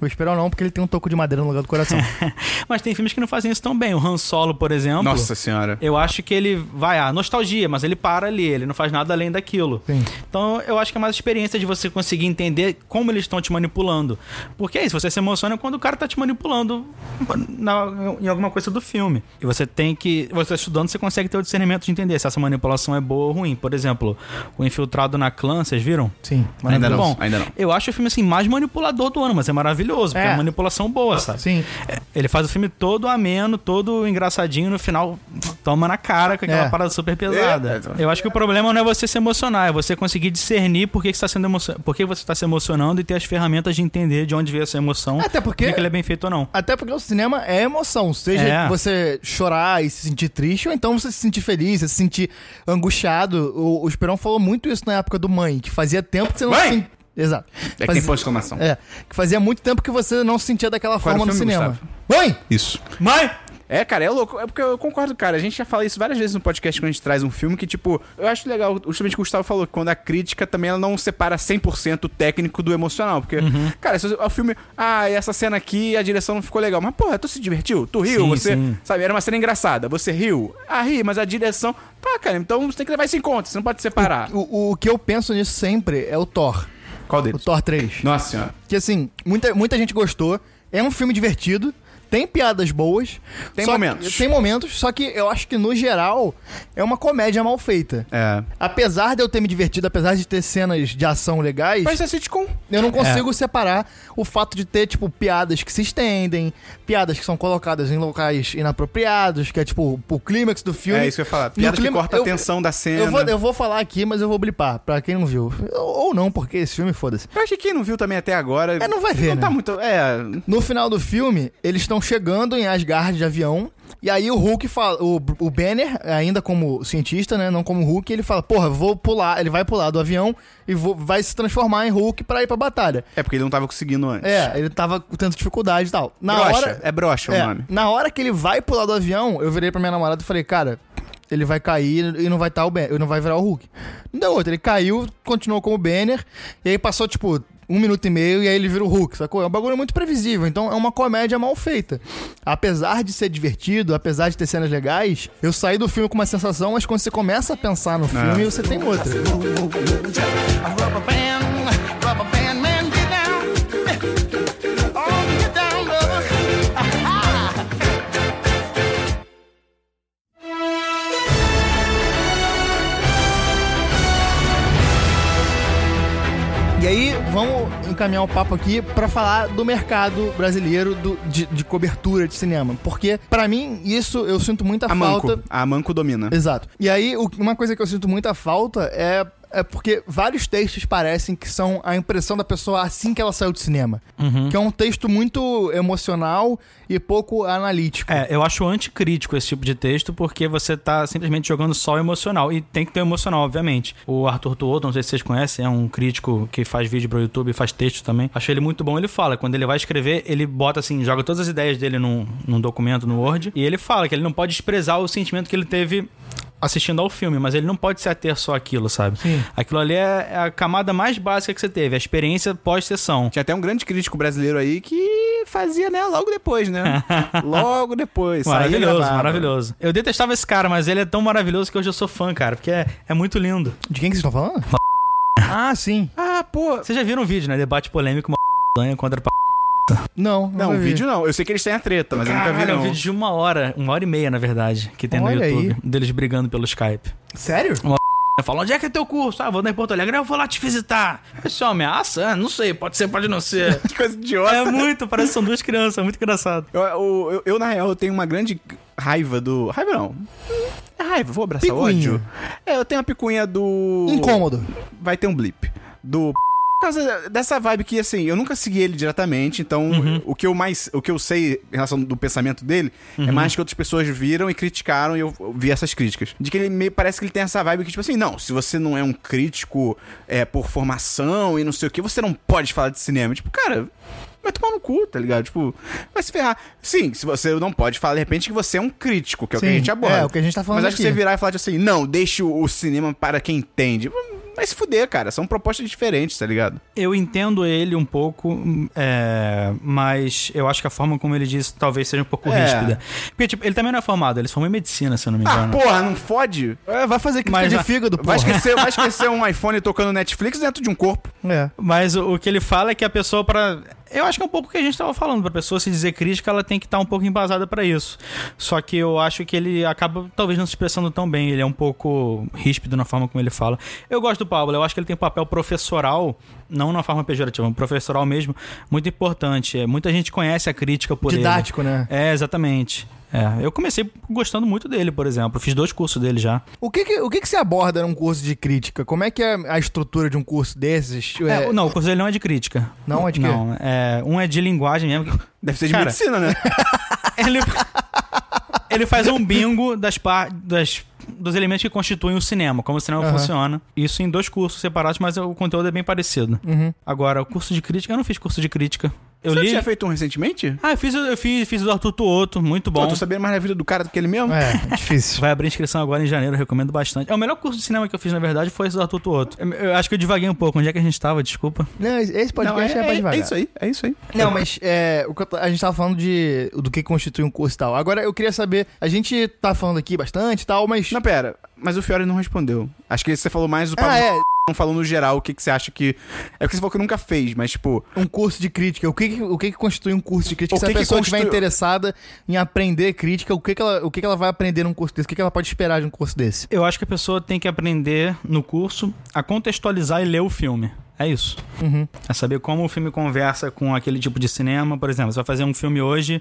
S2: Vou esperar não, porque ele tem um toco de madeira no lugar do coração.
S3: *laughs* Mas tem filmes que não fazem isso tão bem. O Han Solo, por exemplo.
S1: Nossa senhora.
S2: É
S3: Eu acho que ele vai, ah, nostalgia, mas ele para ali, ele não faz nada além daquilo.
S2: Sim.
S3: Então eu acho que é mais experiência de você conseguir entender como eles estão te manipulando. Porque é isso, você se emociona quando o cara tá te manipulando na- em alguma coisa do filme. E você tem que. Você estudando, você consegue ter o discernimento de entender se essa manipulação é boa ou ruim. Por exemplo, o infiltrado na clã, vocês viram?
S2: Sim,
S1: Ainda não,
S3: Bom,
S1: ainda não.
S3: Eu acho o filme assim mais manipulador do ano, mas é maravilhoso, porque é,
S2: É.
S3: uma manipulação boa, sabe?
S2: Sim.
S3: É, Ele faz o filme todo ameno, todo engraçadinho, no final toma na cara com aquela
S2: É.
S3: parada super pesada. Eu acho que o problema não é você se emocionar, é você conseguir discernir por que, que você tá sendo emocio- por que você está se emocionando e ter as ferramentas de entender de onde veio essa emoção.
S2: Até porque-
S3: por que que ele é bem feito ou não.
S2: Até porque o cinema é emoção. Seja
S3: É.
S2: você chorar e se sentir triste, ou então você se sentir feliz, você se sentir angustiado. O, o Esperão falou muito isso na época do Mãe, que fazia tempo que você não
S1: Mãe!
S2: se sentia. Exato.
S1: É que
S2: Faz-
S1: tem ponto de exclamação.
S2: É, que fazia muito tempo que você não se sentia daquela
S1: Qual era
S2: forma
S1: o
S2: no
S1: filme,
S2: cinema. Mãe!
S1: Isso.
S3: Mãe!
S1: É, cara, é louco. É porque eu concordo, cara. A gente já fala isso várias vezes no podcast quando a gente traz um filme que, tipo, eu acho legal, justamente o que o Gustavo falou, que quando a crítica também ela não separa 100% o técnico do emocional. Porque, cara, se você- o filme, ah, essa cena aqui, a direção não ficou legal. Mas, porra, tu se divertiu? Tu riu?
S3: Sim,
S1: você,
S3: sim.
S1: sabe, era uma cena engraçada. Você riu? Ah, ri, mas a direção. Tá, cara, então você tem que levar isso em conta. Você não pode separar.
S2: O, o que eu penso nisso sempre é o Thor.
S1: Qual
S2: O
S1: deles?
S2: Thor 3.
S1: Nossa senhora.
S2: Que assim, muita, muita gente gostou. É um filme divertido. Tem piadas boas.
S1: Tem
S2: só-
S1: momentos.
S2: Tem momentos, só que eu acho que no geral é uma comédia mal feita.
S1: É.
S2: Apesar de eu ter me divertido, apesar de ter cenas de ação legais,
S1: Parece a é sitcom.
S2: eu não consigo separar o fato de ter, tipo, piadas que se estendem, piadas que são colocadas em locais inapropriados, que é, tipo, o clímax do filme.
S1: É isso que eu ia falar.
S2: No
S1: Piadas que
S2: clímax-
S1: corta a
S2: eu-
S1: tensão da cena.
S2: Eu vou, eu vou falar aqui, mas eu vou blipar, pra quem não viu. Ou, ou não, porque esse filme, foda-se.
S1: Eu acho que quem não viu também até agora.
S2: É, não vai ver,
S1: Não
S2: né?
S1: tá muito. É.
S2: No final do filme, eles estão chegando em Asgard de avião. E aí o Hulk fala. O, o Banner, ainda como cientista, né? Não como Hulk, ele fala, porra, vou pular. Ele vai pular do avião e vou- vai se transformar em Hulk pra ir pra batalha.
S1: É porque ele não tava conseguindo antes.
S2: É, ele tava tendo dificuldade e tal. Na
S1: brocha.
S2: hora.
S1: É brocha
S2: é,
S1: o nome.
S2: Na hora que ele vai pular do avião, eu virei pra minha namorada e falei, cara, ele vai cair e não vai estar o Banner, não vai virar o Hulk. Não deu outro, ele caiu, continuou como Banner, e aí passou, tipo, um minuto e meio, e aí ele vira o Hulk, sacou? É um bagulho muito previsível, então é uma comédia mal feita. Apesar de ser divertido, apesar de ter cenas legais, eu saí do filme com uma sensação, mas quando você começa a pensar
S1: É.
S2: no filme, você tem outra. E aí, vamos encaminhar o papo aqui pra falar do mercado brasileiro do- de, de cobertura de cinema. Porque, pra mim, isso eu sinto muita
S1: A
S2: falta.
S1: Manco. A Manco domina.
S2: Exato. E aí, o- uma coisa que eu sinto muita falta é. É porque vários textos parecem que são a impressão da pessoa assim que ela saiu do cinema.
S1: Uhum.
S2: Que é um texto muito emocional e pouco analítico.
S3: É, eu acho anticrítico esse tipo de texto, porque você tá simplesmente jogando só o emocional. E tem que ter o emocional, obviamente. O Arthur Tuoto, não sei se vocês conhecem, é um crítico que faz vídeo pro YouTube e faz texto também. Achei ele muito bom, ele fala. Quando ele vai escrever, ele bota assim, joga todas as ideias dele num, num documento, no Word, e ele fala que ele não pode desprezar o sentimento que ele teve assistindo ao filme, mas ele não pode se ater só àquilo, sabe? Aquilo ali é é a camada mais básica que você teve, a experiência pós-sessão.
S1: Tinha até um grande crítico brasileiro aí que fazia, né, logo depois,
S2: *laughs*
S1: né? logo depois. saía e
S3: Maravilhoso,
S1: gravava.
S3: maravilhoso. Eu detestava esse cara, mas ele é tão maravilhoso que hoje eu sou fã, cara, porque é, é muito lindo.
S2: De quem que vocês estão falando? ah, sim.
S1: Ah, pô.
S3: Vocês já viram o vídeo, né? Debate polêmico, uma *laughs* ganha contra pa-
S2: Não,
S1: Não,
S2: vai
S1: o
S2: ver.
S1: vídeo não. Eu sei que eles têm a treta, mas eu nunca vi,
S3: Cara, é
S1: não.
S3: um vídeo de uma hora, uma hora e meia, na verdade, que tem no
S2: Olha
S3: YouTube,
S2: aí.
S3: deles brigando pelo Skype.
S2: Sério?
S3: Eu falo, onde é que é teu curso? Ah, vou dar em Porto Alegre, eu vou lá te visitar. Isso é uma ameaça? Ah, não sei, pode ser, pode não ser.
S1: *laughs* Que coisa idiota.
S3: é muito, parece que são duas crianças, é muito engraçado.
S1: Eu, eu, eu- eu, na real, eu tenho uma grande raiva do. Raiva não. É raiva, vou abraçar
S2: Picuinha.
S1: ódio. É, eu tenho uma picuinha do.
S2: Incômodo.
S1: vai ter um blip. Do. Por causa dessa vibe que, assim, eu nunca segui ele diretamente, então
S2: Uhum.
S1: o que eu mais. O que eu sei em relação do pensamento dele
S2: Uhum.
S1: é mais que outras pessoas viram e criticaram e eu vi essas críticas. De que ele meio parece que ele tem essa vibe que, tipo assim, não, se você não é um crítico é, por formação e não sei o que, você não pode falar de cinema. Tipo, cara. Vai tomar no cu, tá ligado? Tipo, vai se ferrar. Sim, se você não pode falar de repente que você é um crítico, que é o que a
S2: Sim,
S1: gente aborda.
S2: é, o que a gente tá falando
S1: Mas acho que
S2: aqui.
S1: você virar e falar tipo assim, não, deixe o o cinema para quem entende. Mas se fuder, cara. São propostas diferentes, tá ligado?
S3: Eu entendo ele um pouco, é, mas eu acho que a forma como ele disse talvez seja um pouco
S1: É.
S3: ríspida. Porque, tipo, ele também não é formado, ele se formou em medicina, se eu não me
S1: Ah,
S3: engano.
S1: porra, não fode.
S2: É, vai fazer crítica
S3: Mas
S2: de
S3: a-
S2: fígado,
S1: Vai
S2: porra.
S1: esquecer, vai esquecer um iPhone tocando Netflix dentro de um corpo.
S2: É.
S3: Mas o, o que ele fala é que a pessoa, pra Eu acho que é um pouco o que a gente estava falando. Pra pessoa se dizer crítica, ela tem que estar um pouco embasada pra isso. Só que eu acho que ele acaba talvez não se expressando tão bem. Ele é um pouco ríspido na forma como ele fala. Eu gosto do Pablo. Eu acho que ele tem um papel professoral, não na forma pejorativa, um professoral mesmo, muito importante. É, Muita gente conhece a crítica por
S2: Didático,
S3: ele.
S2: né?
S3: É, exatamente. É, eu comecei gostando muito dele, por exemplo. Fiz dois cursos dele já.
S2: O que, que- o que, que você aborda num curso de crítica? Como é que é a estrutura de um curso desses?
S3: É,
S2: É,
S3: não, o curso dele não é de crítica.
S2: Não é de quê?
S3: Não, é, um é de linguagem mesmo.
S1: Deve ser de
S3: Cara,
S1: medicina, né?
S3: Ele, ele faz um bingo das, par- das- dos elementos que constituem o cinema, como o cinema
S2: Aham.
S3: funciona. Isso em dois cursos separados, mas o conteúdo é bem parecido.
S2: Uhum.
S3: Agora, o curso de crítica, eu não fiz curso de crítica. Eu
S1: Você
S3: li.
S1: tinha feito um recentemente?
S3: Ah, eu fiz, eu fiz, fiz o do Arthur Tuoto, muito
S1: Pô,
S3: bom.
S1: tô sabendo mais da vida do cara do que ele mesmo.
S2: é difícil.
S3: Vai abrir inscrição agora em janeiro, eu recomendo bastante. É o melhor curso de cinema que eu fiz, na verdade, foi esse do Arthur Tuoto. Eu, eu acho que eu divaguei um pouco. Onde é que a gente tava? Desculpa.
S2: Não, esse podcast é, pra devagar.
S1: isso aí, é isso aí.
S2: Não, mas é, o que eu tô- a gente tava falando de do que constitui um curso e tal. Agora eu queria saber, a gente tá falando aqui bastante e tal, mas.
S1: Não, pera, mas o Fiore não respondeu. Acho que você falou mais do Pablo
S2: ah, é,
S1: não falou no geral o que, que você acha que. É porque você falou que nunca fez, mas tipo,
S2: um curso de crítica. O que, que- o que, que constitui um curso de crítica?
S1: O
S2: Se
S1: que
S2: a
S1: que
S2: pessoa estiver
S1: constitui-
S2: interessada em aprender crítica, o que, que, ela, o que, que ela vai aprender num curso desse? O que, que ela pode esperar de um curso desse?
S3: Eu acho que a pessoa tem que aprender no curso a contextualizar e ler o filme. É isso. É saber como o filme conversa com aquele tipo de cinema. Por exemplo, você vai fazer um filme hoje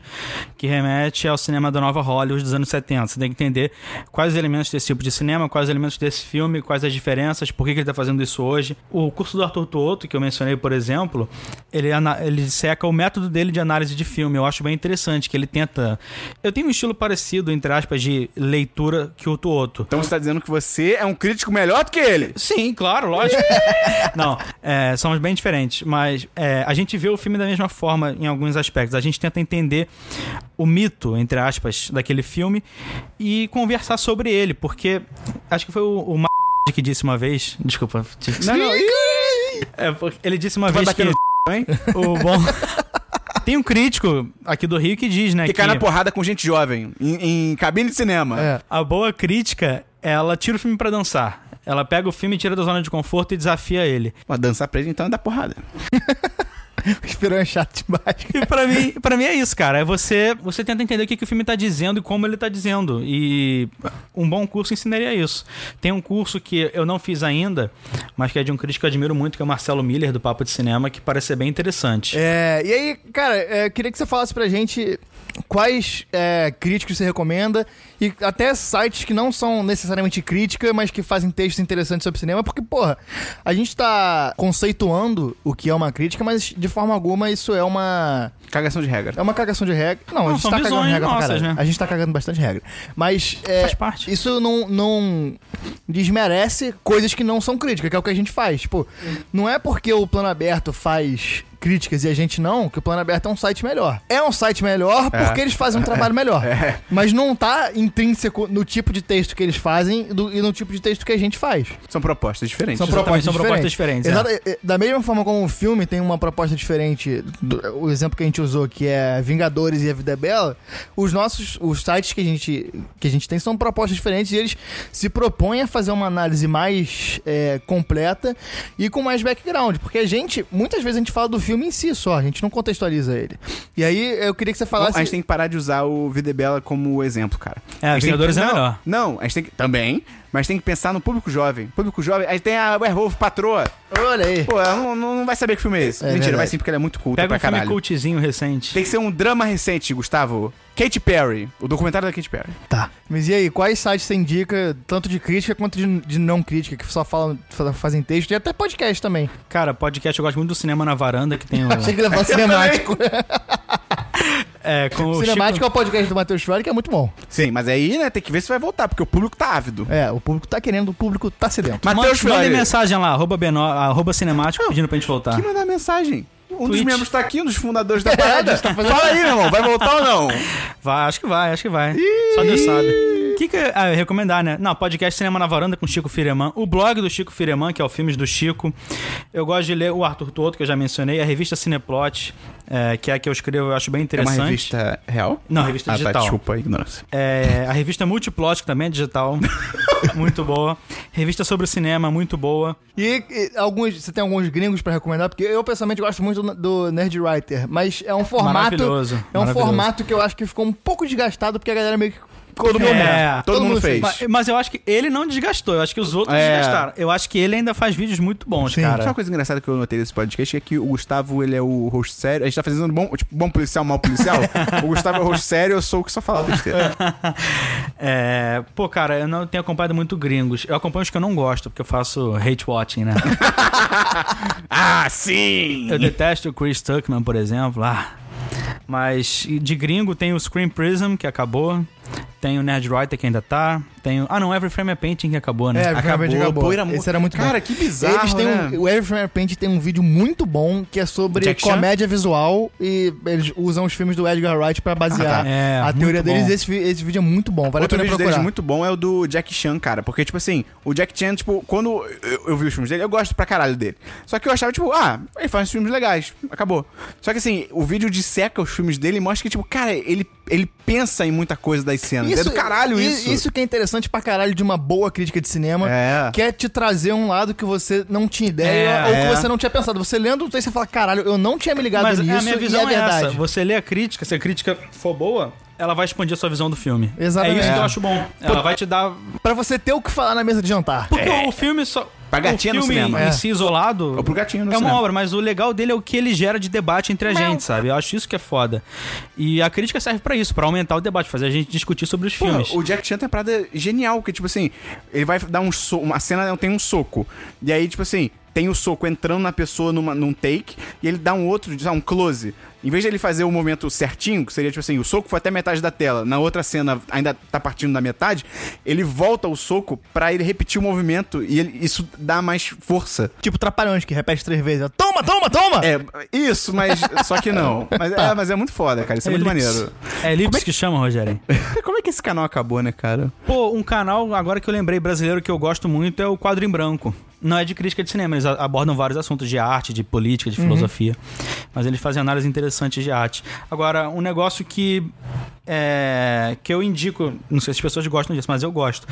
S3: que remete ao cinema da nova Hollywood dos anos 70. Você tem que entender quais os elementos desse tipo de cinema, quais os elementos desse filme, quais as diferenças, por que, que ele está fazendo isso hoje. O curso do Arthur Toto, que eu mencionei, por exemplo, ele, ana- ele seca o método dele de análise de filme. Eu acho bem interessante que ele tenta... Eu tenho um estilo parecido, entre aspas, de leitura que o Toto.
S1: então você tá dizendo que você é um crítico melhor do que ele.
S3: Sim, claro,
S1: *laughs*
S3: lógico. Não, é, somos bem diferentes, mas é, a gente vê o filme da mesma forma em alguns aspectos. A gente tenta entender o mito, entre aspas, daquele filme e conversar sobre ele, porque acho que foi o, o Ma- *laughs* que disse uma vez. Desculpa. tive que-
S1: Não, não, ih,
S3: É, porque ele disse uma
S1: vai
S3: vez que
S1: bater no hein?
S3: *laughs* o bom. Tem um crítico aqui do Rio que diz, né?
S1: Que cai na porrada com gente jovem, em, em cabine de cinema.
S2: É. *laughs*
S3: A boa crítica, ela tira o filme pra dançar. Ela pega o filme, tira da zona de conforto e desafia ele.
S1: Mas dançar pra ele então é dar porrada.
S2: Esperando é chato demais.
S3: E pra mim, pra mim é isso, cara. É você, você tenta entender o que, que o filme tá dizendo e como ele tá dizendo. E um bom curso ensinaria isso. Tem um curso que eu não fiz ainda, mas que é de um crítico que eu admiro muito, que é o Marcelo Miller, do Papo de Cinema, que parece ser bem interessante.
S2: É, e aí, cara, é, eu queria que você falasse pra gente quais é, críticos você recomenda e até sites que não são necessariamente crítica, mas que fazem textos interessantes sobre cinema, porque, porra, a gente tá conceituando o que é uma crítica, mas de forma alguma isso é uma
S1: Cagação de regra.
S2: é uma cagação de regra. Não, a
S3: Não,
S2: gente
S3: são
S2: tá cagando
S3: visões
S2: regra pra
S3: nossas,
S2: caralho.
S3: né?
S2: A gente tá cagando bastante regra. Mas é,
S3: Faz parte.
S2: isso não, não desmerece coisas que não são críticas, que é o que a gente faz. Tipo, não é porque o Plano Aberto faz críticas e a gente não, que o Plano Aberto é um site melhor. É um site melhor porque eles fazem um
S3: *laughs* É.
S2: trabalho melhor. Mas não tá intrínseco no tipo de texto que eles fazem e do- e no tipo de texto que a gente faz.
S1: São propostas diferentes.
S2: São
S3: Exatamente,
S2: propostas,
S3: são propostas
S2: diferentes.
S3: diferentes, é.
S2: Exata- eh, Da mesma forma como o filme tem uma proposta diferente, do- o exemplo que a gente usou, que é Vingadores e A Vida é Bela, os nossos os sites que a, gente, que a gente tem são propostas diferentes e eles se propõem a fazer uma análise mais eh, completa e com mais background. Porque a gente, muitas vezes a gente fala do filme em si só, a gente não contextualiza ele. E aí eu queria que você
S1: Bom,
S2: falasse.
S1: a gente tem que parar de usar o Vida é Bela como exemplo, cara.
S3: assim- É,
S1: A gente tem
S3: Vingadores
S1: que-
S3: é
S1: não,
S3: melhor.
S1: Não, a gente tem que. Também, mas tem que pensar no público jovem. Público jovem. A gente tem a Werewolf Patroa.
S2: Olha aí.
S1: Pô, ela não, não, não vai saber que filme é esse.
S2: É
S1: Mentira,
S2: verdade.
S1: vai sim, porque ela é muito culta
S3: Pega
S1: pra
S3: um filme
S1: caralho.
S3: cultzinho recente.
S1: Tem que ser um drama recente, Gustavo. Katy Perry. O documentário da Katy Perry.
S2: Tá. Mas e aí, quais sites você indica, tanto de crítica quanto de, de não crítica, que só falam, fa- fazem texto e até podcast também?
S3: Cara, podcast, eu gosto muito do Cinema na Varanda, que tem
S1: *laughs*
S3: o...
S2: Achei que ele ia *laughs* falar cinemático.
S3: é, com o
S2: cinemático é o podcast do Matheus Fiore, que é muito bom.
S1: Sim, mas aí, né, tem que ver se vai voltar, porque o público tá ávido.
S2: É, o público tá querendo, o público tá sedento.
S3: Chico...
S1: Matheus
S3: Manda- Mandem
S1: Fiore.
S3: mensagem lá, arroba, Beno... arroba cinemático, pedindo pra gente voltar.
S1: Que mandar mensagem? Um dos
S3: Ah. Tweet.
S1: membros tá aqui, um dos fundadores da parada.
S2: gente tá fazendo-
S1: Fala aí, meu irmão, vai voltar ou não? É
S3: Vai, acho que vai, acho que vai. Só Deus sabe. que, que ah, eu ia recomendar, né? Não, podcast Cinema na Varanda com Chico Fireman, o blog do Chico Fireman, que é o Filmes do Chico. Eu gosto de ler o Arthur Toto, que eu já mencionei, a revista Cineplot, eh, que é a que eu escrevo, eu acho bem
S1: É uma
S3: interessante.
S1: revista real?
S3: Não, revista
S1: ah, Tá,
S3: digital.
S1: desculpa a ignorância.
S3: É, a revista Multiplot, que também é digital,
S1: *laughs*
S3: muito boa. Revista sobre cinema, muito boa.
S2: E, e alguns, você tem alguns gringos pra recomendar? Porque eu pessoalmente gosto muito do, do Nerd Writer, mas é um formato.
S3: Maravilhoso,
S2: É um
S3: maravilhoso.
S2: formato que eu acho que ficou um pouco desgastado, porque a galera meio que. Todo mundo,
S3: É,
S1: todo mundo fez.
S3: Mas, mas eu acho que ele não desgastou, eu acho que os outros
S1: É.
S3: desgastaram. Eu acho que ele ainda faz vídeos muito bons,
S2: Sim.
S1: Só uma
S3: cara.
S1: coisa engraçada que eu notei desse podcast é que o Gustavo, ele é o host sério. A gente tá fazendo um bom, tipo, bom policial, mau policial. o Gustavo é o host sério, eu sou o que só fala besteira.
S3: É, pô, cara, eu não tenho acompanhado muito gringos. Eu acompanho os que eu não gosto, porque eu faço hate watching, né?
S1: ah, sim!
S3: eu detesto o Chris Tuckman, por exemplo. Ah. Mas de gringo tem o Screen Prism, que acabou. Tem o Nerd Writer, que ainda tá. Tem o... Ah, não, Every Frame é Painting, que acabou, né?
S2: É, Every Frame é Painting acabou.
S1: pô, era mu-
S2: Esse era muito
S1: Cara,
S2: bom.
S1: que bizarro,
S2: Eles têm
S1: né?
S2: um, o Every Frame Paint tem um vídeo muito bom que é sobre
S3: Jack Chan?
S2: comédia visual e eles usam os filmes do Edgar Wright pra basear
S3: Ah, tá. É,
S2: a
S3: muito
S2: teoria deles.
S3: bom.
S2: Esse, vi- esse vídeo é muito bom, vale
S1: Outro
S2: a pena
S1: vídeo
S2: procurar.
S1: deles muito bom é o do Jack Chan, cara. Porque, tipo assim, o Jack Chan, tipo, quando eu, eu vi os filmes dele, eu gosto pra caralho dele. Só que eu achava, tipo, ah, ele faz uns filmes legais. Acabou. Só que, assim, o vídeo disseca os filmes dele e mostra que, tipo, cara, ele, ele pensa em muita coisa das cenas. é do caralho
S2: i-
S1: isso.
S2: Isso que é interessante pra caralho de uma boa crítica de cinema.
S1: É.
S2: Que é te trazer um lado que você não tinha ideia
S3: É,
S2: ou
S1: é.
S2: que você não tinha pensado. Você lendo o texto, você fala, caralho, eu não tinha me ligado
S3: Mas
S2: nisso.
S3: a minha visão
S2: e é,
S3: é,
S2: verdade.
S3: essa. Você lê a crítica, se a crítica for boa, ela vai expandir a sua visão do filme.
S2: Exatamente.
S3: É isso que
S2: É.
S3: eu acho bom. Ela vai te dar.
S2: Pra você ter o que falar na mesa de jantar.
S3: Porque o filme só.
S1: É. Pra gatinha
S3: o
S1: no
S3: filme
S1: cinema.
S3: em
S2: É.
S3: si isolado.
S1: Ou pro gatinho no
S3: É uma
S1: cinema.
S3: obra, mas o legal dele é o que ele gera de debate entre a gente, sabe? Eu acho isso que é foda. E a crítica serve pra isso, pra aumentar o debate, fazer a gente discutir sobre os
S1: Pô,
S3: filmes.
S1: o Jack Chan tem uma parada genial, porque, tipo assim, ele vai dar um soco. Uma cena tem um soco. E aí, tipo assim, tem o soco entrando na pessoa numa, num take, e ele dá um outro, dá um close. Em vez de ele fazer o momento certinho, que seria tipo assim, o soco foi até metade da tela, na outra cena ainda tá partindo da metade, ele volta o soco pra ele repetir o movimento e ele- isso dá mais força.
S2: Tipo Trapalhões, que repete três vezes. ó, Toma, toma, toma!
S1: É, isso, *laughs* mas. só que não. Mas, é, mas é muito foda, cara. Isso é muito
S3: Ellipse.
S1: maneiro.
S3: É Lips que chama, Rogério.
S1: *laughs* Como é que esse canal acabou, né, cara?
S3: Pô, um canal, agora que eu lembrei, brasileiro que eu gosto muito é o Quadro em Branco. Não é de crítica de cinema, eles a- abordam vários assuntos de arte, de política, de filosofia. Mas eles fazem análises interessantes de arte. Agora, um negócio que é, que eu indico, não sei se as pessoas gostam disso, mas eu gosto,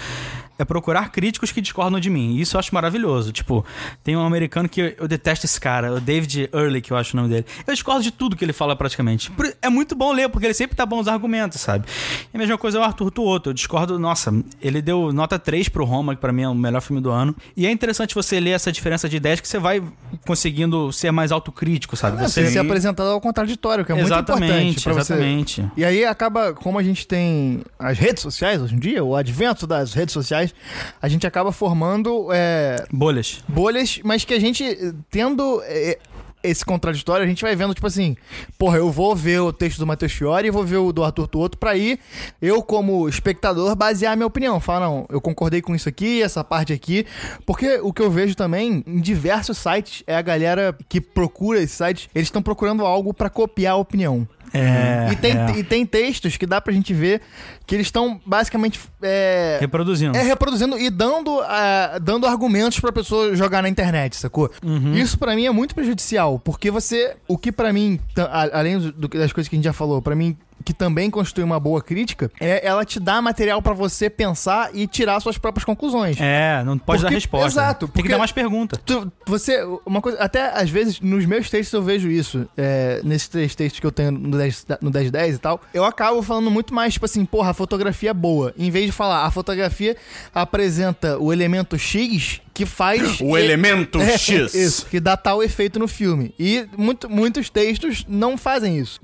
S3: é procurar críticos que discordam de mim. E Isso eu acho maravilhoso. Tipo, tem um americano que eu, eu detesto esse cara, o David Early, que eu acho o nome dele. Eu discordo de tudo que ele fala praticamente. Por- É muito bom ler, porque ele sempre tá bom os argumentos, sabe? E a mesma coisa é o Arthur Tuoto. Eu discordo, nossa, ele deu nota 3 pro Roma, que pra mim é o melhor filme do ano. E é interessante você ler essa diferença de ideias que você vai conseguindo ser mais autocrítico, sabe?
S2: Você É, ser apresentado ao contraditório, que é muito importante
S3: Exatamente,
S2: pra você.
S3: exatamente.
S2: E aí acaba, como a gente tem as redes sociais hoje em dia, o advento das redes sociais, a gente acaba formando é,
S3: Bolhas.
S2: bolhas, mas que a gente, eh, tendo eh, esse contraditório, a gente vai vendo, tipo assim, porra, eu vou ver o texto do Matheus Fiore e vou ver o do Arthur Tuoto pra ir, eu como espectador, basear a minha opinião. Falar, não, eu concordei com isso aqui, essa parte aqui, porque o que eu vejo também em diversos sites é a galera que procura esses sites, eles estão procurando algo pra copiar a opinião.
S3: É,
S2: e, tem,
S3: é.
S2: e tem textos que dá pra gente ver que eles estão basicamente é,
S3: Reproduzindo.
S2: é reproduzindo e dando, ah, dando argumentos pra pessoa jogar na internet, sacou?
S3: Uhum.
S2: Isso pra mim é muito prejudicial, porque você. O que pra mim, ta- a- além do- do- das coisas que a gente já falou, pra mim, que também constitui uma boa crítica, é ela te dá material pra você pensar e tirar suas próprias conclusões.
S3: É, não pode
S2: Porque-
S3: dar resposta.
S2: exato,
S3: Tem
S2: porque-
S3: que dar mais pergunta.
S2: Tu- você, uma coisa, até às vezes nos meus textos eu vejo isso, é, nesses três textos que eu tenho no 10, da- no 10 10 e tal, eu acabo falando muito mais, tipo assim, porra, a fotografia é boa. Em vez de falar, a fotografia apresenta o elemento X que faz.
S1: O *laughs* elemento
S2: É,
S1: X.
S2: Isso, que dá tal efeito no filme. E muito- muitos textos não fazem isso.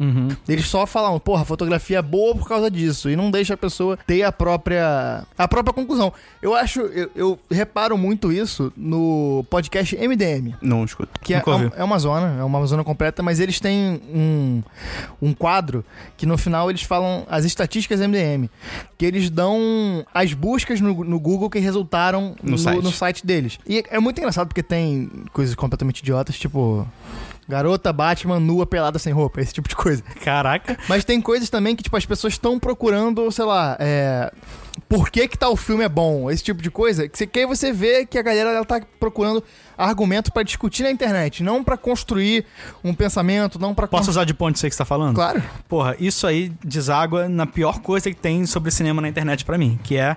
S2: Eles só falam, porra, a fotografia é boa por causa disso. E não deixa a pessoa ter a própria. a própria conclusão. Eu acho, eu, eu reparo muito isso no podcast MDM.
S1: Não escuto.
S2: Que é,
S3: Nunca
S2: é
S3: ouvi.
S2: um- é uma zona, é uma zona completa, mas eles têm um, um quadro que no final eles falam as estatísticas MDM. Que eles dão as buscas no, no Google que resultaram no,
S1: site.
S2: no site deles. E é muito engraçado porque tem coisas completamente idiotas, tipo. Garota, Batman, nua, pelada, sem roupa, esse tipo de coisa.
S3: Caraca.
S2: Mas tem coisas também que, tipo, as pessoas estão procurando, sei lá, é, por que que tal filme é bom, esse tipo de coisa, que, você, que aí você vê que a galera ela tá procurando argumento pra discutir na internet, não pra construir um pensamento, não pra...
S3: Posso
S2: con-
S3: usar de ponte isso aí que você tá falando?
S2: Claro.
S3: Porra, isso aí deságua na pior coisa que tem sobre cinema na internet pra mim, que é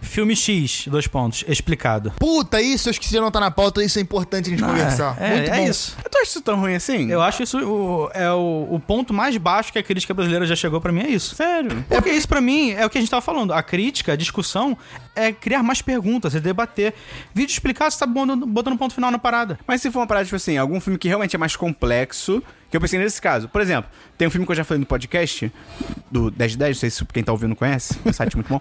S3: filme X, dois pontos, explicado.
S2: Puta, isso eu esqueci de anotar na pauta, isso é importante a gente conversar.
S3: É,
S2: Muito
S3: é
S2: bom.
S3: isso.
S1: Eu tô achando isso tão ruim assim?
S3: Eu acho isso o- é o, o ponto mais baixo que a crítica brasileira já chegou pra mim, é isso.
S1: Sério?
S3: Porque isso pra mim é o que a gente tava falando. A crítica, a discussão é criar mais perguntas, é debater. Vídeo explicado, você tá botando, botando ponto final na parada.
S1: Mas se for uma parada, tipo assim, algum filme que realmente é mais complexo, que eu pensei nesse caso. Por exemplo, tem um filme que eu já falei no podcast, do 10 de 10, não sei se quem tá ouvindo conhece, um site muito bom,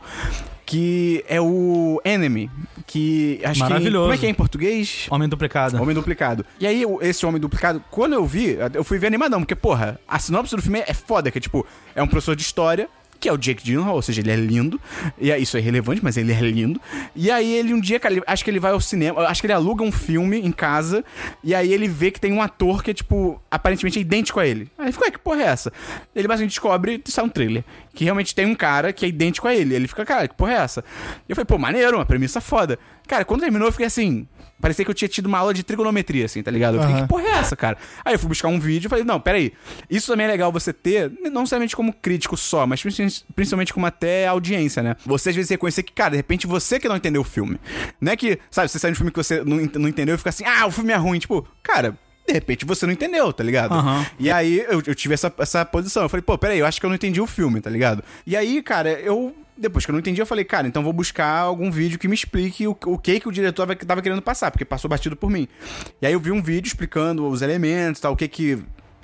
S1: que é o Enemy, que acho que...
S3: Maravilhoso.
S1: Como é que é em português?
S3: Homem duplicado.
S1: Homem Duplicado. E aí, o- esse Homem Duplicado, quando eu vi, eu fui ver animadão, porque, porra, a sinopse do filme é foda, que é tipo, é um professor de história, que é o Jake Gyllenhaal, ou seja, ele é lindo, e é- isso é irrelevante, mas ele é lindo. E aí ele um dia, cara, ele- acho que ele vai ao cinema, acho que ele aluga um filme em casa, e aí ele vê que tem um ator que é, tipo, aparentemente é idêntico a ele. Aí ele fica, "Ué, que porra é essa? Ele basicamente descobre, isso é um trailer, que realmente tem um cara que é idêntico a ele. Ele fica, cara, que porra é essa? E eu falei, pô, maneiro, uma premissa foda. Cara, quando terminou, eu fiquei assim, Parecia que eu tinha tido uma aula de trigonometria, assim, tá ligado? Eu fiquei, que porra é essa, cara? Aí eu fui buscar um vídeo e falei, não, peraí. Isso também é legal você ter, não somente como crítico só, mas princi- principalmente como até audiência, né? Você às vezes reconhecer que, cara, de repente você que não entendeu o filme. Não é que, sabe, você sai de um filme que você não, ent- não entendeu e fica assim, ah, o filme é ruim. Tipo, cara. De repente você não entendeu, tá ligado?
S3: Aham.
S1: E aí eu, eu tive essa, essa posição. Eu falei, pô, peraí, eu acho que eu não entendi o filme, tá ligado? E aí, cara, eu. Depois que eu não entendi, eu falei, cara, então vou buscar algum vídeo que me explique o, o que que o diretor tava, tava querendo passar, porque passou batido por mim. E aí eu vi um vídeo explicando os elementos, tal, o que que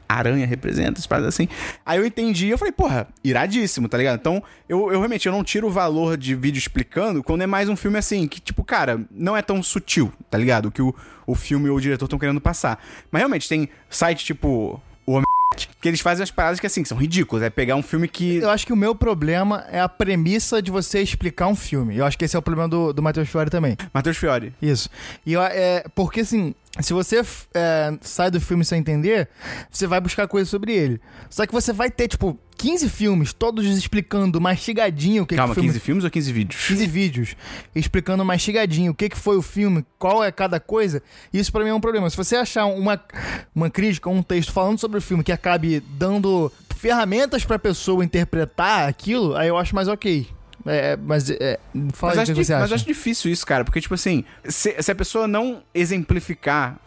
S1: aranha representa, essas paradas assim. Aí eu entendi e eu falei, porra, iradíssimo, tá ligado? Então, eu, eu realmente eu não tiro o valor de vídeo explicando quando é mais um filme assim, que tipo, cara, não é tão sutil, tá ligado? O que o, o filme ou o diretor estão querendo passar. Mas realmente, tem site tipo... O Homem que eles fazem as paradas que assim, são ridículas. É pegar um filme que.
S2: Eu acho que o meu problema é a premissa de você explicar um filme. Eu acho que esse é o problema do, do Matheus Fiore também.
S1: Matheus Fiore.
S2: Isso. E eu- é, porque, assim, se você f- é, sai do filme sem entender, você vai buscar coisa sobre ele. Só que você vai ter, tipo, 15 filmes, todos explicando mastigadinho o que,
S1: Calma,
S2: que o filme...
S1: 15 filmes ou 15 vídeos?
S2: 15 vídeos explicando mastigadinho o que, que foi o filme, qual é cada coisa, isso pra mim é um problema. Se você achar uma, uma crítica, um texto falando sobre o filme que acabe dando ferramentas pra pessoa interpretar aquilo, aí eu acho mais ok. É, é, mas é, fala
S1: Mas,
S2: aí o
S1: acho
S2: que
S1: di-
S2: você
S1: mas
S2: acha.
S1: acho difícil isso, cara, porque, tipo assim, se, se a pessoa não exemplificar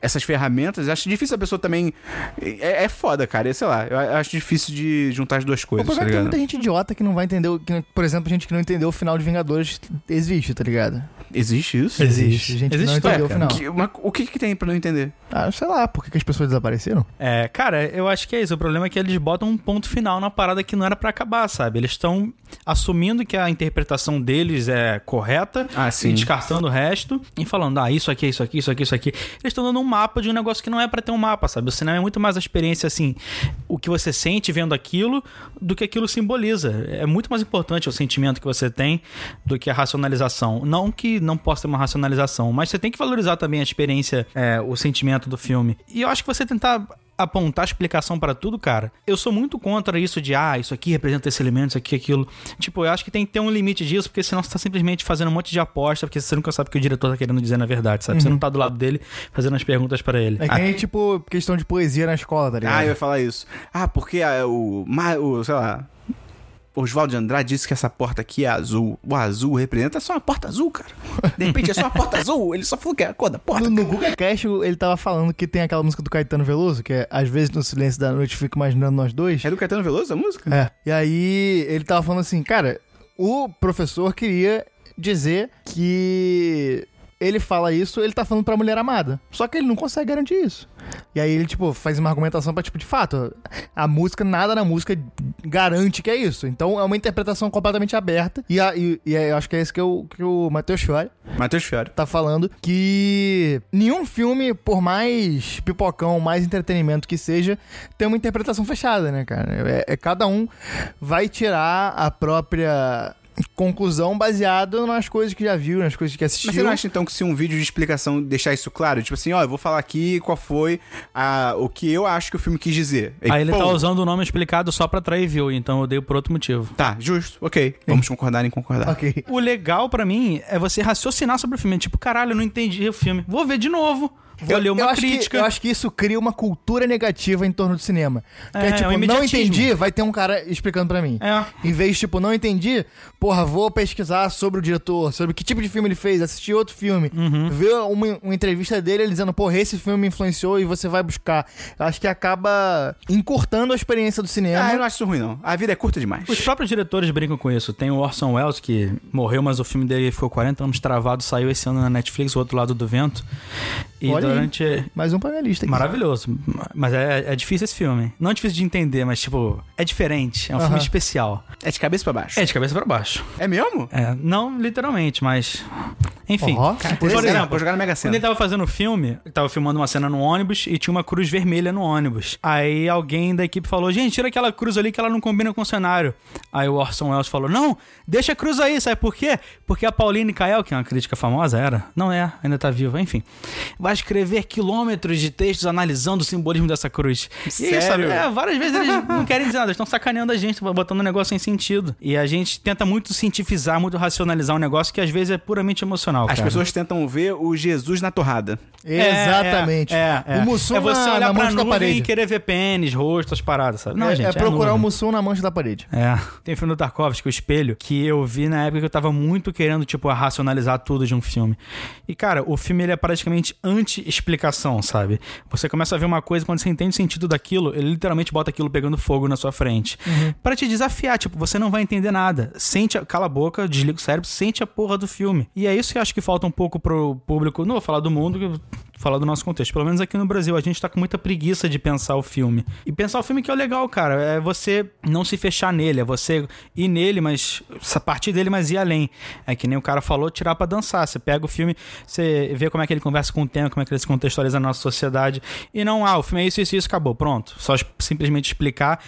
S1: essas ferramentas, acho difícil a pessoa também. É, é foda, cara. Eu sei lá, eu a- acho difícil de juntar as duas
S2: O
S1: coisas, tá
S2: problema é que tem
S1: ligado?
S2: muita gente idiota que não vai entender, o- que, por exemplo, gente que não entendeu o final de Vingadores existe, tá ligado?
S1: Existe isso?
S2: Existe. Gente que não
S3: Existe,
S2: entendeu o
S3: cara.
S2: final.
S1: Que- mas o que, que tem pra não entender?
S2: Ah, sei lá, por que que as pessoas desapareceram?
S3: É, cara, eu acho que é isso. O problema é que eles botam um ponto final na parada que não era pra acabar, sabe? Eles estão assumindo que a interpretação deles é correta,
S1: Ah, sim.
S3: e descartando o resto e falando, ah, isso aqui, isso aqui, isso aqui, isso aqui. Eles estão dando um mapa de um negócio que não é pra ter um mapa, sabe? O cinema é muito mais a experiência assim, o que você sente vendo aquilo do que aquilo simboliza. É muito mais importante o sentimento que você tem do que a racionalização. Não que não possa ter uma racionalização, mas você tem que valorizar também a experiência, é, o sentimento do filme. E eu acho que você tentar apontar explicação pra tudo, cara. Eu sou muito contra isso de, ah, isso aqui representa esse elemento, isso aqui, aquilo. Tipo, eu acho que tem que ter um limite disso, porque senão você tá simplesmente fazendo um monte de aposta, porque você nunca sabe o que o diretor tá querendo dizer na verdade, sabe? Você não tá do lado dele fazendo as perguntas pra ele.
S2: Uhum. É que nem, tipo, questão de poesia na escola, tá ligado?
S1: Ah, eu ia falar isso. Ah, porque ah, o, ma- o. Sei lá. Oswaldo de Andrade disse que essa porta aqui é azul. O azul representa só uma porta azul, cara. De repente é só uma porta *laughs* azul. Ele só falou que é a cor da porta.
S2: No, no Google Cash, ele tava falando que tem aquela música do Caetano Veloso, que é Às vezes no silêncio da noite fico imaginando nós dois.
S1: É do Caetano Veloso a música?
S2: É. E aí ele tava falando assim, cara, o professor queria dizer que ele fala isso, ele tá falando pra mulher amada. Só que ele não consegue garantir isso. E aí ele, tipo, faz uma argumentação pra, tipo, de fato, a música, nada na música garante que é isso. Então é uma interpretação completamente aberta. E, a, e, e eu acho que é isso que, eu, que o Matheus Fiore
S1: Matheus Fiore.
S2: tá falando que nenhum filme, por mais pipocão, mais entretenimento que seja, tem uma interpretação fechada, né, cara? É, é- cada um vai tirar a própria conclusão baseado nas coisas que já viu, nas coisas que assistiu.
S1: Mas você não acha então que se um vídeo de explicação deixar isso claro, tipo assim, ó, eu vou falar aqui qual foi a, o que eu acho que o filme quis dizer.
S3: Aí ele tá
S1: pum.
S3: usando o nome explicado só pra atrair view, então eu dei por outro motivo.
S1: Tá, justo, ok. Vamos concordar em concordar.
S2: Ok.
S3: O legal pra mim é você raciocinar sobre o filme. Tipo, caralho, eu não entendi o filme. Vou ver de novo. Vou ler uma
S2: acho que-
S3: crítica.
S2: eu acho que isso cria uma cultura negativa em torno do cinema. Que é,
S3: É,
S2: tipo,
S3: é um
S2: não
S3: imediatismo.
S2: entendi, vai ter um cara explicando pra mim.
S3: É.
S2: Em vez de, tipo, não entendi, porra, vou pesquisar sobre o diretor, sobre que tipo de filme ele fez, assistir outro filme,
S3: Uhum.
S2: ver uma, uma entrevista dele ele dizendo, porra, esse filme me influenciou e você vai buscar. Eu acho que acaba encurtando a experiência do cinema.
S1: Ah, eu não acho isso ruim, não. A vida é curta demais.
S3: Os próprios diretores brincam com isso. Tem o Orson Welles, que morreu, mas o filme dele ficou 40 anos travado, saiu esse ano na Netflix, O Outro Lado do Vento. E
S2: Olha aí.
S3: durante. é,
S2: Mais um panelista aqui.
S3: Maravilhoso. Mas é, é difícil esse filme. Não é difícil de entender, mas, tipo, é diferente. É um filme
S2: Aham.
S3: especial.
S1: É de cabeça pra baixo.
S3: É de cabeça pra baixo.
S1: É mesmo?
S3: É, não literalmente, mas. Enfim.
S2: Ó,
S3: Por
S1: Interessante.
S3: exemplo,
S1: vou jogar na Mega
S3: Quando ele
S1: Sena.
S3: tava fazendo o filme, ele tava filmando uma cena no ônibus e tinha uma cruz vermelha no ônibus. Aí alguém da equipe falou: gente, tira aquela cruz ali que ela não combina com o cenário. Aí o Orson Welles falou: não, deixa a cruz aí, sabe por quê? Porque a Pauline Kael, que é uma crítica famosa, era? Não é, ainda tá viva, enfim. Vai escrever quilômetros de textos analisando o simbolismo dessa cruz. E
S1: Sério?
S3: Isso, sabe? É, várias vezes
S1: *laughs*
S3: eles não querem dizer nada, eles estão sacaneando a gente, botando um negócio sem sentido. E a gente tenta muito cientificar, muito racionalizar um negócio que às vezes é puramente emocional.
S1: As
S3: cara.
S1: pessoas tentam ver o Jesus na torrada.
S2: É, Exatamente.
S3: É, é, é.
S2: O Mussum
S3: é você
S2: na,
S3: olhar
S2: na
S3: pra
S2: mancha da
S3: nuvem
S2: parede.
S3: e querer ver pênis, rosto, as paradas, sabe? Não,
S2: é,
S3: gente,
S2: é procurar
S3: nuvem.
S2: o Mussum na mancha da parede.
S3: É. Tem filme do Tarkovsky, O Espelho, que eu vi na época que eu tava muito querendo, tipo, racionalizar tudo de um filme. E, cara, o filme ele é praticamente anti-explicação, sabe? Você começa a ver uma coisa, quando você entende o sentido daquilo, ele literalmente bota aquilo pegando fogo na sua frente.
S2: Uhum.
S3: Pra te desafiar, tipo, você não vai entender nada. Sente, a- cala a boca, desliga o cérebro, sente a porra do filme. E é isso que eu acho que falta um pouco pro público, não vou falar do mundo, que eu falar do nosso contexto. Pelo menos aqui no Brasil, a gente tá com muita preguiça de pensar o filme. E pensar o filme que é o legal, cara. É você não se fechar nele, é você ir nele, mas a partir dele, mas ir além. É que nem o cara falou, tirar pra dançar. Você pega o filme, você vê como é que ele conversa com o tema, como é que ele se contextualiza na nossa sociedade. E não, ah, o filme é isso, isso, isso, acabou, pronto. Só es- simplesmente explicar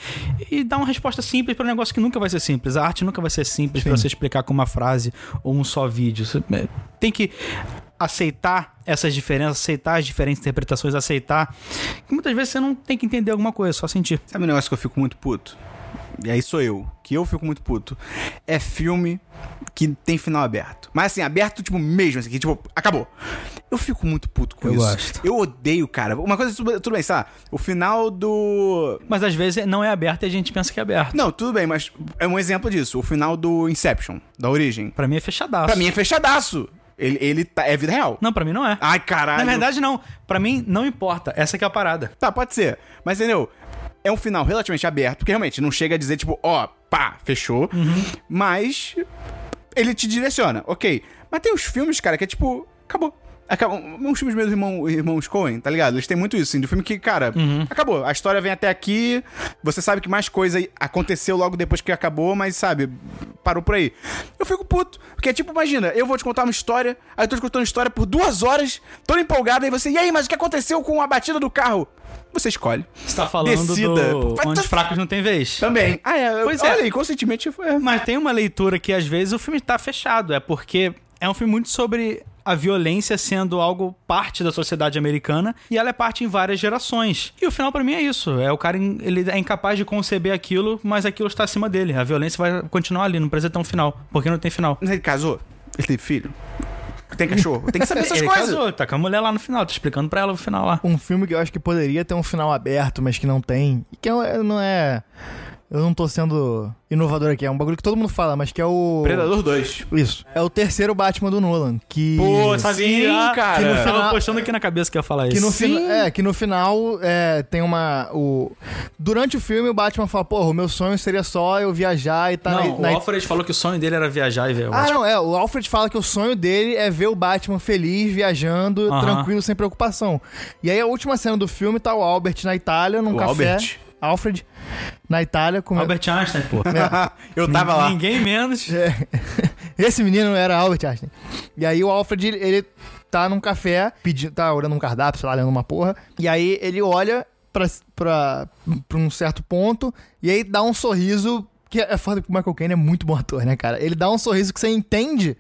S3: e dar uma resposta simples pra um negócio que nunca vai ser simples. A arte nunca vai ser simples pra você explicar com uma frase ou um só vídeo. Você é, tem que aceitar essas diferenças, aceitar as diferentes interpretações, aceitar que muitas vezes você não tem que entender alguma coisa, só sentir.
S1: Sabe um negócio que eu fico muito puto? E aí sou eu, que eu fico muito puto. É filme que tem final aberto. Mas assim, aberto, tipo, mesmo, assim, que, tipo, acabou. Eu fico muito puto com
S3: Eu
S1: isso.
S3: gosto.
S1: Eu odeio, cara. Uma coisa, tudo tudo bem, sei lá, o final do.
S3: Mas às vezes não é aberto e a gente pensa que é aberto.
S1: Não, tudo bem, mas é um exemplo disso. O final do Inception, da origem.
S3: Pra mim é fechadaço.
S1: Pra mim é fechadaço. Ele, ele tá, é vida real.
S3: Não, pra mim não é.
S1: Ai, caralho.
S3: Na verdade não, Pra mim não importa. Essa que é a parada.
S1: Tá, pode ser. Mas entendeu? É um final relativamente aberto, porque realmente não chega a dizer, tipo, ó, pá, fechou.
S3: Uhum.
S1: Mas ele te direciona, ok. Mas tem uns filmes, cara, que é tipo, acabou. Acabou. Uns filmes meus irmão, irmãos Coen, tá ligado? Eles têm muito isso, assim, do filme que, cara, acabou. A história vem até aqui, você sabe que mais coisa aconteceu logo depois que acabou, mas sabe, parou por aí. Eu fico puto. Porque, tipo, imagina, eu vou te contar uma história, aí eu tô te contando uma história por duas horas, todo empolgado, aí você, e aí, mas o que aconteceu com a batida do carro? Você escolhe.
S3: Você tá falando
S1: Decida.
S3: do
S1: Vai
S3: Onde os
S1: tá-
S3: fracos não tem vez.
S1: Também. Ah, é.
S3: Pois é.
S1: olha aí, conscientemente foi. é.
S3: Mas tem uma leitura que às vezes o filme tá fechado, é porque é um filme muito sobre a violência sendo algo parte da sociedade americana e ela é parte em várias gerações. E o final pra mim é isso, é o cara in- ele é incapaz de conceber aquilo, mas aquilo está acima dele. A violência vai continuar ali, não precisa ter um final, porque não tem final.
S1: Mas ele casou? Ele teve filho? Tem cachorro? Tem que
S3: *laughs*
S1: saber essas
S3: ele
S1: coisas.
S3: casou, tá com a mulher lá no final, tá explicando pra ela o final lá.
S2: Um filme que eu acho que poderia ter um final aberto, mas que não tem. Que é- não é. Eu não tô sendo inovador aqui, é um bagulho que todo mundo fala, mas que é o.
S1: Predador 2.
S2: Isso. É o terceiro Batman do Nolan. Que.
S1: sabia, cara.
S3: Que no final,
S2: Tava
S3: postando aqui na cabeça que ia falar
S2: Que
S3: isso.
S2: no, fina- é, que no final é, tem uma. O... Durante o filme, o Batman fala: Porra, o meu sonho seria só eu viajar e tá
S3: Não,
S2: na,
S3: o
S2: na
S3: Alfred falou que o sonho dele era viajar e ver.
S2: Ah, não, é. O Alfred fala que o sonho dele é ver o Batman feliz, viajando,
S3: Aham.
S2: tranquilo, sem preocupação. E aí a última cena do filme tá o Albert na Itália, num
S1: O
S2: Um café.
S1: Albert?
S2: Alfred, na Itália, com
S3: Albert Einstein, pô.
S1: eu tava lá.
S3: Ninguém menos.
S2: é. *laughs* Esse menino era Albert Einstein. E aí o Alfred, ele- ele tá num café, pedindo, tá olhando um cardápio, sei lá, lendo uma porra. E aí ele olha pra, pra, pra um certo ponto e aí dá um sorriso Que é foda que o Michael Caine é muito bom ator, né, cara? Ele dá um sorriso que você entende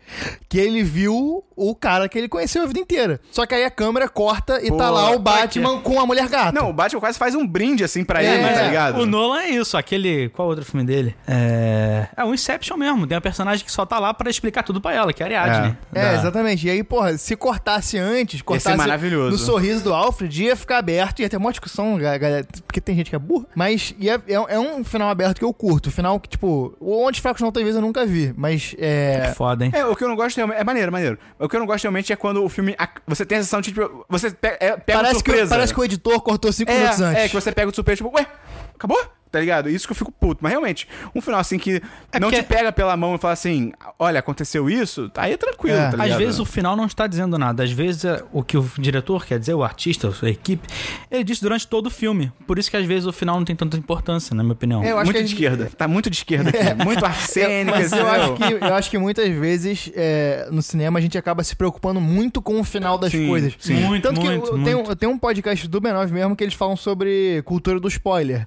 S2: que ele viu o cara que ele conheceu a vida inteira. Só que aí a câmera corta e tá lá o Batman com a mulher gata.
S1: Não, o Batman quase faz um brinde assim pra
S2: É,
S1: ele,
S2: mas
S1: tá
S2: é,
S1: ligado?
S3: O Nolan é isso, aquele. Qual outro filme dele? É. É o Inception mesmo. Tem uma personagem que só tá lá pra explicar tudo pra ela, que é a Ariadne.
S2: É,
S3: Da-
S2: exatamente. E aí, porra, se cortasse antes, cortasse
S1: maravilhoso.
S2: no sorriso do Alfred, ia ficar aberto, ia ter uma discussão, ga- galera, porque tem gente que é burra, mas ia- é, um- é um final aberto que eu curto. Final que, tipo, o Onde os Fracos Não Tem Vez eu nunca vi, mas é...
S3: Foda, hein?
S1: É, o que eu não gosto realmente. É maneiro, maneiro. O que eu não gosto realmente é quando o filme. ac- Você tem a sensação de tipo. Você pega, é, pega de
S2: Parece que,
S1: surpresa.
S2: parece que o editor cortou cinco minutos
S1: é,
S2: antes.
S1: é, que você pega o super tipo, ué, acabou? Tá ligado? Isso que eu fico puto. Mas realmente, um final assim que
S2: É
S1: não
S3: porque-
S1: te pega pela mão e fala assim: olha, aconteceu isso, aí é tranquilo,
S2: É.
S1: tá ligado?
S3: Às vezes o final não está dizendo nada. Às vezes é o que o diretor quer dizer, o artista, a sua equipe, ele disse durante todo o filme. Por isso que às vezes o final não tem tanta importância, na minha opinião.
S2: É, eu acho
S1: Muito
S2: que a
S1: de
S2: gente-
S1: esquerda. Tá muito de esquerda aqui. Muito arsênica,
S2: Mas eu
S1: é entendeu?
S2: acho, que, eu acho que muitas vezes é, no cinema a gente acaba se preocupando muito com o final das
S1: Sim,
S2: coisas.
S1: sim.
S3: Muito,
S2: Tanto que
S3: muito,
S2: eu,
S3: muito.
S2: Tenho, eu tenho um podcast do B9 mesmo que eles falam sobre cultura do spoiler.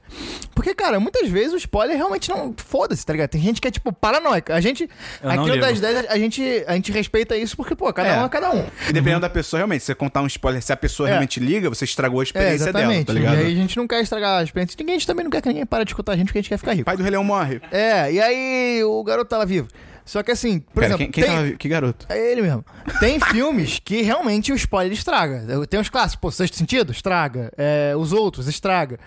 S2: Porque, cara, muitas vezes o spoiler realmente não. Foda-se, tá ligado? Tem gente que é, tipo, paranoica. A gente.
S3: Eu não
S2: Aquilo
S3: ligo.
S2: das 10, a gente, a gente respeita isso porque, pô, cada
S1: É.
S2: um é cada um.
S1: E dependendo da pessoa, realmente, se você contar um spoiler, se a pessoa
S2: É.
S1: realmente liga, você estragou a
S2: É,
S1: experiência dela,
S2: exatamente.
S1: tá
S2: e
S1: ligado?
S2: aí a gente não quer estragar a experiência de ninguém, a gente também não quer que ninguém pare de escutar a gente porque a gente quer ficar rico.
S1: Pai do Rei Leão morre.
S2: É, e aí o garoto tava vivo. Só que assim, por
S1: Pera,
S2: exemplo.
S1: quem, quem
S2: tem-
S1: tava vi- Que garoto.
S2: É ele mesmo.
S1: *laughs*
S2: Tem filmes que realmente o spoiler estraga. Eu- Tem uns clássicos, pô, Sexto Sentido, estraga. É, os outros, estraga.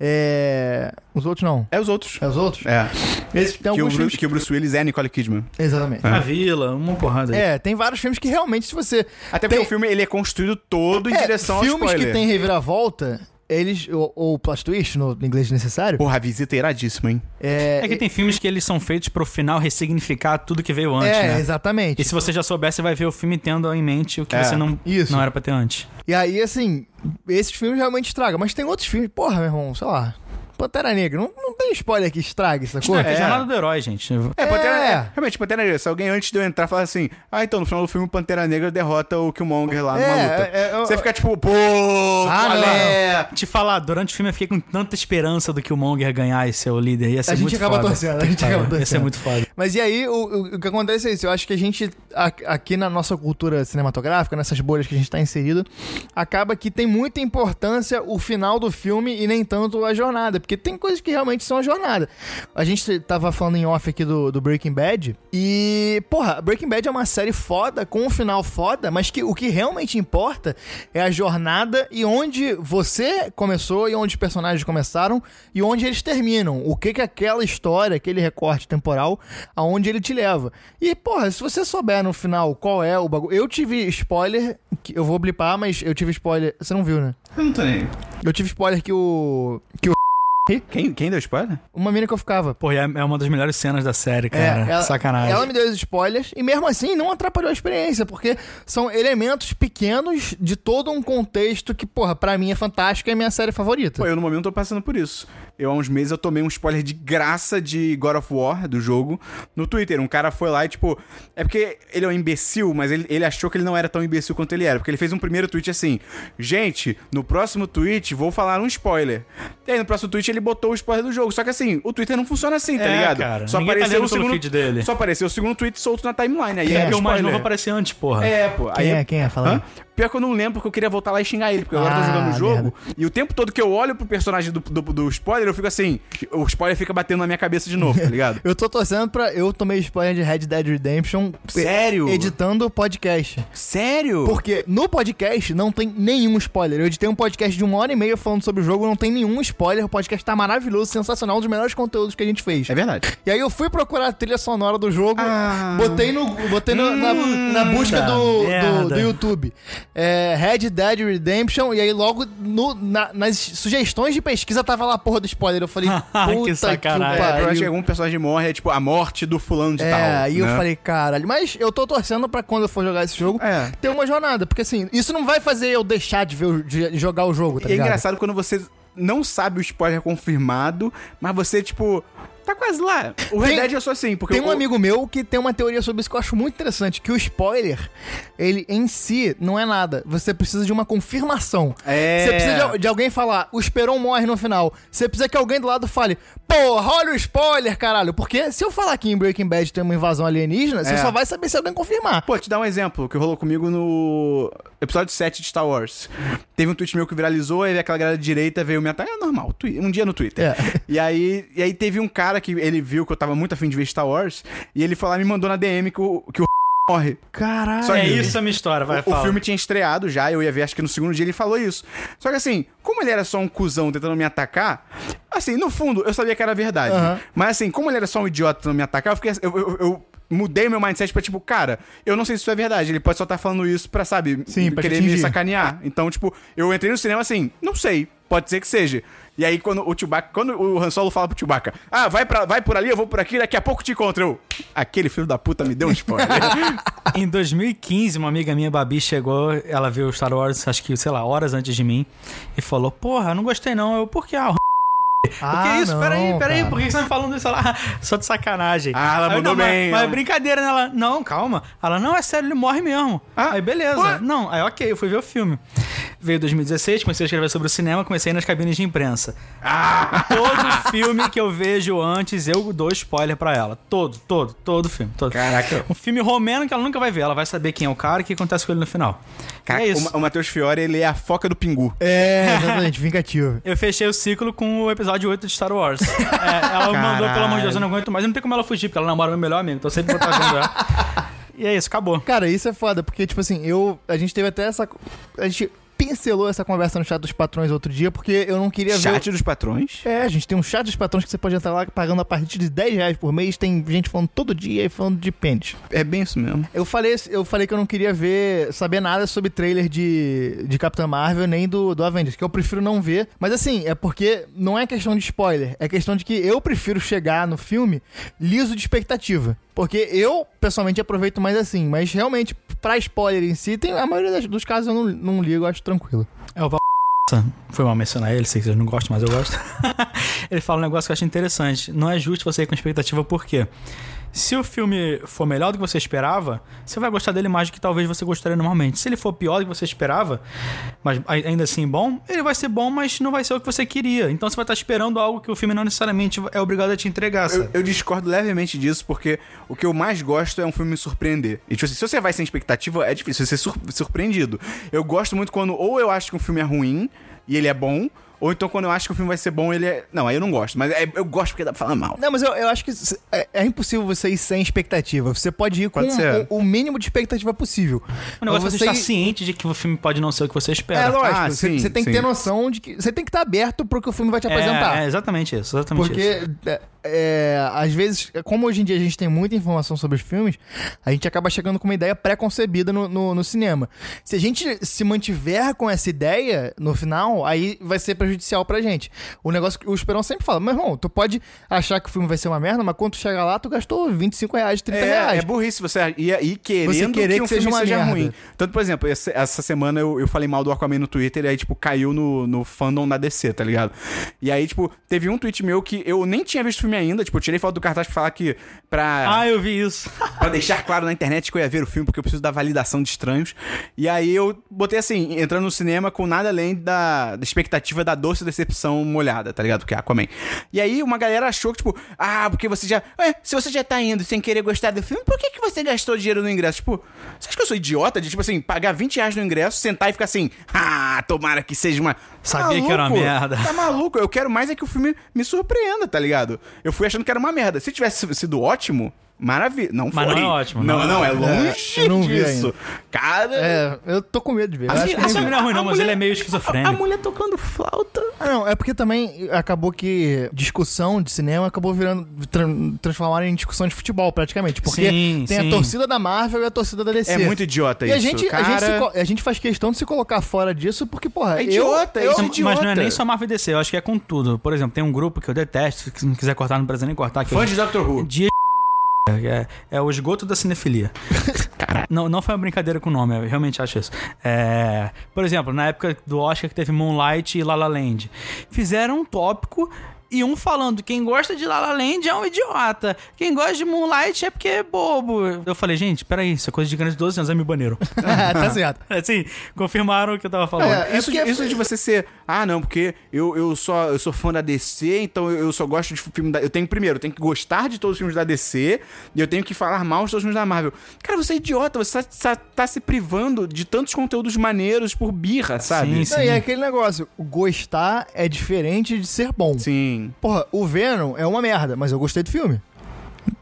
S2: É, Os outros não.
S1: É os outros.
S2: É os outros?
S1: É.
S2: Esse- tem
S1: que, o
S2: alguns filmes...
S1: Bruce, Ah. que o Bruce Willis é Nicole Kidman.
S2: Exatamente.
S3: A vila, uma porrada. aí.
S2: É, tem vários filmes que realmente, se você...
S1: Até porque
S2: tem...
S1: o filme ele é construído todo em
S2: É,
S1: direção ao
S2: Filmes
S1: spoiler.
S2: que tem reviravolta, eles... Ou, ou plot twist, no inglês necessário,
S1: Porra, a visita é iradíssima, hein?
S2: é...
S3: É que tem filmes que eles são feitos pro final ressignificar tudo que
S1: um
S3: veio antes,
S2: é,
S3: né?
S2: exatamente.
S3: E se você já souber, você vai ver o filme tendo em mente o que
S1: É,
S3: você não,
S2: isso.
S3: não era pra ter antes.
S2: E aí, assim, esses filmes realmente estragam. Mas tem outros filmes, porra, meu irmão, sei lá... Pantera Negra, não, não tem spoiler que estrague, sacou?
S3: É, que é
S1: É.
S3: jornada do herói, gente.
S1: É, Pantera,
S2: É.
S1: é, realmente, Pantera Negra. Se alguém antes de eu entrar falar assim, ah, então, no final do filme, o Pantera Negra derrota o Killmonger lá numa
S2: É,
S1: luta.
S2: é, é, eu-
S1: Você fica tipo, pô, ah,
S2: não.
S1: é?
S3: Te falar, durante o filme eu fiquei com tanta esperança do que o Monger ganhar e ser o líder. Ia ser
S2: A gente
S3: muito
S2: acaba
S3: foda.
S2: torcendo, a gente acaba
S3: Ia ser
S2: torcendo.
S3: muito foda.
S2: Mas e aí, o, o- o que acontece é isso. Eu acho que a gente, a- aqui na nossa cultura cinematográfica, nessas bolhas que a gente tá inserido, acaba que tem muita importância o final do filme e nem tanto a jornada. Porque tem coisas que realmente são a jornada. A gente tava falando em off aqui do, do Breaking Bad. E, porra, Breaking Bad é uma série foda, com um final foda, mas que o que realmente importa é a jornada e onde você começou e onde os personagens começaram e onde eles terminam. O que que aquela história, aquele recorte temporal, aonde ele te leva. E, porra, se você souber no final qual é o bagulho. Eu tive spoiler, que eu vou blipar, mas eu tive spoiler. Você não viu, né?
S1: Eu não tô nem.
S2: Eu tive spoiler que o. que o.
S1: Quem, quem deu spoiler?
S2: Uma mina que eu ficava.
S3: Pô, e é é uma das melhores cenas da série, cara.
S2: É, ela,
S3: Sacanagem.
S2: Ela me deu os spoilers e mesmo assim não atrapalhou a experiência, porque são elementos pequenos de todo um contexto que, porra, pra mim é fantástico e é minha série favorita.
S1: Pô, eu no momento tô passando por isso. Eu, há uns meses, eu tomei um spoiler de graça de God of War, do jogo, no Twitter. Um cara foi lá e, tipo... É porque ele é um imbecil, mas ele, ele achou que ele não era tão imbecil quanto ele era. Porque ele fez um primeiro tweet assim... Gente, no próximo tweet, vou falar um spoiler. E aí, no próximo tweet, ele botou o spoiler do jogo. Só que, assim, o Twitter não funciona assim, tá
S3: É,
S1: ligado?
S3: cara.
S1: Só
S3: Ninguém tá
S1: apareceu
S3: lendo
S1: o
S3: pelo
S1: segundo...
S3: feed dele.
S1: Só apareceu o segundo tweet solto na timeline. Aí
S3: E
S1: é,
S3: aí, o mais
S1: spoiler.
S3: novo aparecer antes, porra.
S1: É, pô.
S2: Quem
S1: aí,
S2: é? Quem é? Fala aí.
S1: Hã? Pior que eu não lembro que eu queria voltar lá e xingar ele, porque agora eu tô
S2: Ah,
S1: jogando o jogo.
S2: merda.
S1: E o tempo todo que eu olho pro personagem do, do, do spoiler, eu fico assim. O spoiler fica batendo na minha cabeça de novo, tá
S2: *laughs*
S1: ligado?
S2: Eu tô torcendo pra. Eu tomei spoiler de Red Dead Redemption.
S1: Sério?
S2: Editando o podcast.
S1: Sério?
S2: Porque no podcast não tem nenhum spoiler. Eu editei um podcast de uma hora e meia falando sobre o jogo, não tem nenhum spoiler. O podcast tá maravilhoso, sensacional, um dos melhores conteúdos que a gente fez.
S1: É verdade.
S2: E aí eu fui procurar a trilha sonora do jogo,
S1: Ah. Hum.
S2: botei, no, botei no- na, na busca do, do,
S3: merda.
S2: do YouTube. É, Red Dead Redemption, e aí logo no- na- nas sugestões de pesquisa tava lá a porra do spoiler. Eu
S3: *laughs*
S2: falei,
S3: Que
S2: puta que,
S3: sacanagem.
S1: É, eu acho que
S2: pariu.
S1: algum personagem morre, é tipo a morte do fulano de
S2: É,
S1: tal.
S2: aí eu
S1: né?
S2: falei, caralho. Mas eu tô torcendo pra quando eu for jogar esse jogo,
S1: É.
S2: ter uma jornada. Porque assim, isso não vai fazer eu deixar de, ver, o- de jogar o jogo, tá
S1: E é
S2: ligado?
S1: engraçado quando você não sabe o spoiler confirmado, mas você, tipo. Tá quase lá. O Red
S2: Tem-
S1: Dead eu sou assim, porque
S2: Tem
S1: eu-
S2: um amigo meu que tem uma teoria sobre isso que eu acho muito interessante, que o spoiler, ele em si não é nada. Você precisa de uma confirmação.
S1: É.
S2: Você precisa de, al- de alguém falar, o Esperon morre no final. Você precisa que alguém do lado fale, porra, olha o spoiler, caralho. Porque se eu falar que em Breaking Bad tem uma invasão alienígena, você
S1: É.
S2: só vai saber se alguém confirmar.
S1: Pô, te dar um exemplo que rolou comigo no episódio 7 de Star Wars. Teve um tweet meu que viralizou, aí aquela galera de direita veio me atacar. É normal, twi- um dia no Twitter.
S2: É.
S1: E, aí, e aí teve um cara que ele viu que eu tava muito afim de ver Star Wars, e ele foi lá e me mandou na DM que o, *laughs* que o morre.
S2: Caralho.
S1: Só
S3: É
S1: que-
S3: isso a minha história, vai,
S1: o
S3: fala.
S1: filme tinha estreado já, eu ia ver, acho que no segundo dia ele falou isso. Só que assim, como ele era só um cuzão tentando me atacar, assim, no fundo, eu sabia que era verdade.
S2: Aham.
S1: Mas assim, como ele era só um idiota tentando me atacar, eu fiquei. Eu, eu- eu mudei meu mindset pra tipo, cara, eu não sei se isso é verdade. Ele pode só estar falando isso pra, sabe,
S2: Sim, pra te
S1: querer me
S2: atingir. É.
S1: sacanear. Então, tipo, eu entrei no cinema assim, não sei. Pode ser que seja. E aí, quando o Chewbacca, quando o Han Solo fala pro Chewbacca, ah, vai, pra, vai por ali, eu vou por aqui, daqui a pouco te encontro. Eu, aquele filho da puta me deu um spoiler.
S2: *laughs*
S3: Em 2015, uma amiga minha, Babi, chegou, ela viu Star Wars, acho que, sei lá, horas antes de mim, e falou, porra, não gostei não. Eu, por que? Ah, o
S2: Ah,
S3: que é isso?
S2: não,
S3: peraí, peraí,
S2: cara.
S3: por que você tá me falando isso? Ela, *laughs* só de sacanagem.
S1: Ah, ela
S3: Aí eu,
S1: mandou
S3: não, mas-
S1: bem,
S3: Mas,
S1: ela-
S3: brincadeira, né? Ela, não, calma. Ela, não, é sério, ele morre mesmo.
S1: Ah,
S3: aí, beleza.
S1: ué?
S3: Não, aí, ok, eu fui ver o filme. Veio 2016, comecei a escrever sobre o cinema, comecei a ir nas cabines de imprensa.
S1: Ah. *laughs*
S3: Todo filme que eu vejo antes, eu dou spoiler pra ela. Todo, todo, todo filme. Todo.
S1: Caraca.
S3: Um filme romeno que ela nunca vai ver. Ela vai saber quem é o cara e o que acontece com ele no final.
S1: Cara,
S3: é isso.
S1: O, Ma- o Matheus Fiore, ele é a foca do pingu.
S2: É, exatamente, vingativo.
S3: Eu fechei o ciclo com o episódio 8 de Star Wars. É, ela mandou,
S1: Caralho.
S3: pelo amor de Deus, eu não aguento mais. E Não tem como ela fugir, porque ela namora meu melhor amigo. Então eu sempre vou estar vendo ela. E é isso, acabou.
S2: Cara, isso é foda, porque, tipo assim, eu. A gente teve até essa. A gente pincelou essa conversa no chat dos patrões outro dia, porque eu não queria ver.
S1: Chat dos patrões?
S2: É, a gente tem um chat dos patrões que você pode entrar lá pagando a partir de 10 reais por mês. Tem gente falando todo dia e falando de pênis.
S1: É bem isso mesmo.
S2: Eu falei, eu falei que eu não queria ver, saber nada sobre trailer de, de Capitã Marvel nem do, do Avengers, que eu prefiro não ver. Mas assim, é porque não é questão de spoiler, é questão de que eu prefiro chegar no filme liso de expectativa. Porque eu, pessoalmente, aproveito mais assim, mas realmente, pra spoiler em si, tem, a maioria das- dos casos eu não, não ligo, eu acho tranquilo.
S3: É o Nossa, Foi mal mencionar ele, sei que vocês não gostam, mas eu gosto. *laughs* ele fala um negócio que eu acho interessante. Não é justo você ir com expectativa, por quê? Se o filme for melhor do que você esperava, você vai gostar dele mais do que talvez você gostaria normalmente. Se ele for pior do que você esperava, mas ai- ainda assim bom, ele vai ser bom, mas não vai ser o que você queria. Então você vai estar esperando algo que o filme não necessariamente é obrigado a te entregar,
S1: Eu,
S3: sabe?
S1: eu discordo levemente disso, porque o que eu mais gosto é um filme me surpreender. E, tipo assim, se você vai sem expectativa, é difícil você ser sur- surpreendido. Eu gosto muito quando ou eu acho que um filme é ruim e ele é bom, ou então quando eu acho que o filme vai ser bom, ele é. Não, aí eu não gosto, mas é- eu gosto porque dá pra falar mal.
S2: Não, mas eu, eu acho que s- é, é impossível você ir sem expectativa. Você pode ir com
S1: Pode ser.
S2: o, o mínimo de expectativa possível.
S3: O negócio é você
S2: Você
S3: estar
S2: ir-
S3: ciente de que o filme pode não ser o que você espera.
S2: É lógico,
S1: Ah,
S2: você
S1: sim,
S2: você tem que
S1: sim.
S2: ter noção de que. Você tem que estar aberto pro que o filme vai te
S3: É,
S2: apresentar.
S3: é exatamente isso, exatamente isso.
S2: porque, é, é, às vezes, como hoje em dia a gente tem muita informação sobre os filmes, a gente acaba chegando com uma ideia pré-concebida no, no- no cinema. Se a gente se mantiver com essa ideia no final, aí vai ser prejudicial pra gente. O negócio que o Esperão sempre fala: meu irmão, tu pode achar que o filme vai ser uma merda, mas quando tu chegar lá, tu gastou 25 reais, 30
S1: É,
S2: reais.
S1: é burrice você ir, ir querendo
S2: Você querer
S1: que um filme
S2: que seja uma
S1: seja
S2: merda.
S1: ruim. Tanto, por exemplo, essa, essa semana eu, eu falei mal do Aquaman no Twitter e aí, tipo, caiu no, no fandom da DC, tá ligado? E aí, tipo, teve um tweet meu que eu nem tinha visto o filme ainda, tipo, eu tirei foto do cartaz pra falar que... Pra,
S3: Ah, eu
S1: *laughs*
S3: vi isso.
S1: pra deixar claro na internet que eu ia ver o filme, porque eu preciso da validação de estranhos. E aí eu botei assim, entrando no cinema com nada além da, da expectativa da doce decepção molhada, tá ligado? Que é Aquaman. E aí uma galera achou que, tipo, ah, porque você já. Ué, se você já tá indo sem querer gostar do filme, por que, que você gastou dinheiro no ingresso? Tipo, você acha que eu sou idiota de, tipo assim, pagar 20 reais no ingresso, sentar e ficar assim, ah, tomara que seja uma.
S3: Sabia que era uma merda.
S1: Tá maluco? Eu quero mais é que o filme me surpreenda, tá ligado? Eu fui achando que era uma merda. Se tivesse sido ótimo, maravilha. Não
S3: Mas não
S1: foi.
S3: é ótimo,
S1: Não,
S3: não.
S1: não, é longe
S2: É, eu não vi
S1: disso. Cara.
S2: É, eu tô com medo de ver. Eu acho que-
S3: Esse filme não é ruim, não,
S1: a
S3: mas
S1: mulher-
S3: ele é meio esquizofrênico.
S1: mulher tocando flauta.
S2: Ah, não, é porque também acabou que discussão de cinema acabou virando tran- transformaram em discussão de futebol praticamente, porque
S3: Sim,
S2: tem
S3: sim.
S2: a torcida da Marvel e a torcida da DC.
S1: É muito idiota
S2: e
S1: isso.
S2: a gente, a,
S1: cara.
S2: gente se co- a gente faz questão de se colocar fora disso porque, porra,
S1: É
S2: *laughs*
S1: idiota,
S2: eu,
S1: isso é
S2: eu,
S1: idiota.
S3: Mas não é nem só Marvel e DC, eu acho que é com tudo. Por exemplo, tem um grupo que eu detesto, que se não quiser cortar, não precisa nem cortar. Que
S1: Fã
S3: eu...
S1: de Doctor Who.
S3: Dia é, é o esgoto da cinefilia. não, não foi uma brincadeira com o nome, eu realmente acho isso. É, por exemplo, na época do Oscar que teve Moonlight e La La Land, fizeram um tópico
S7: e um falando quem gosta de La La Land é um idiota, quem gosta de Moonlight é porque é bobo. Eu falei, gente, peraí, isso é coisa de grande de 12 anos, é me
S3: *laughs*
S7: baneiro.
S1: *laughs*
S2: tá certo.
S7: assim, confirmaram o que eu tava falando.
S2: É,
S1: Isso, de,
S2: porque-
S1: isso de você ser, ah, não, porque eu, eu, só, eu sou fã da DC, então eu, eu só gosto de filme da. Eu tenho, primeiro, eu tenho que gostar de todos os filmes da DC, e eu tenho que falar mal de todos os filmes da Marvel. Cara, você é idiota, você tá, tá- tá se privando de tantos conteúdos maneiros por birra, sabe?
S7: Sim.
S2: Não, e é aquele negócio, gostar é diferente de ser bom.
S1: Sim.
S2: Porra, o Venom é uma merda, mas eu gostei do filme.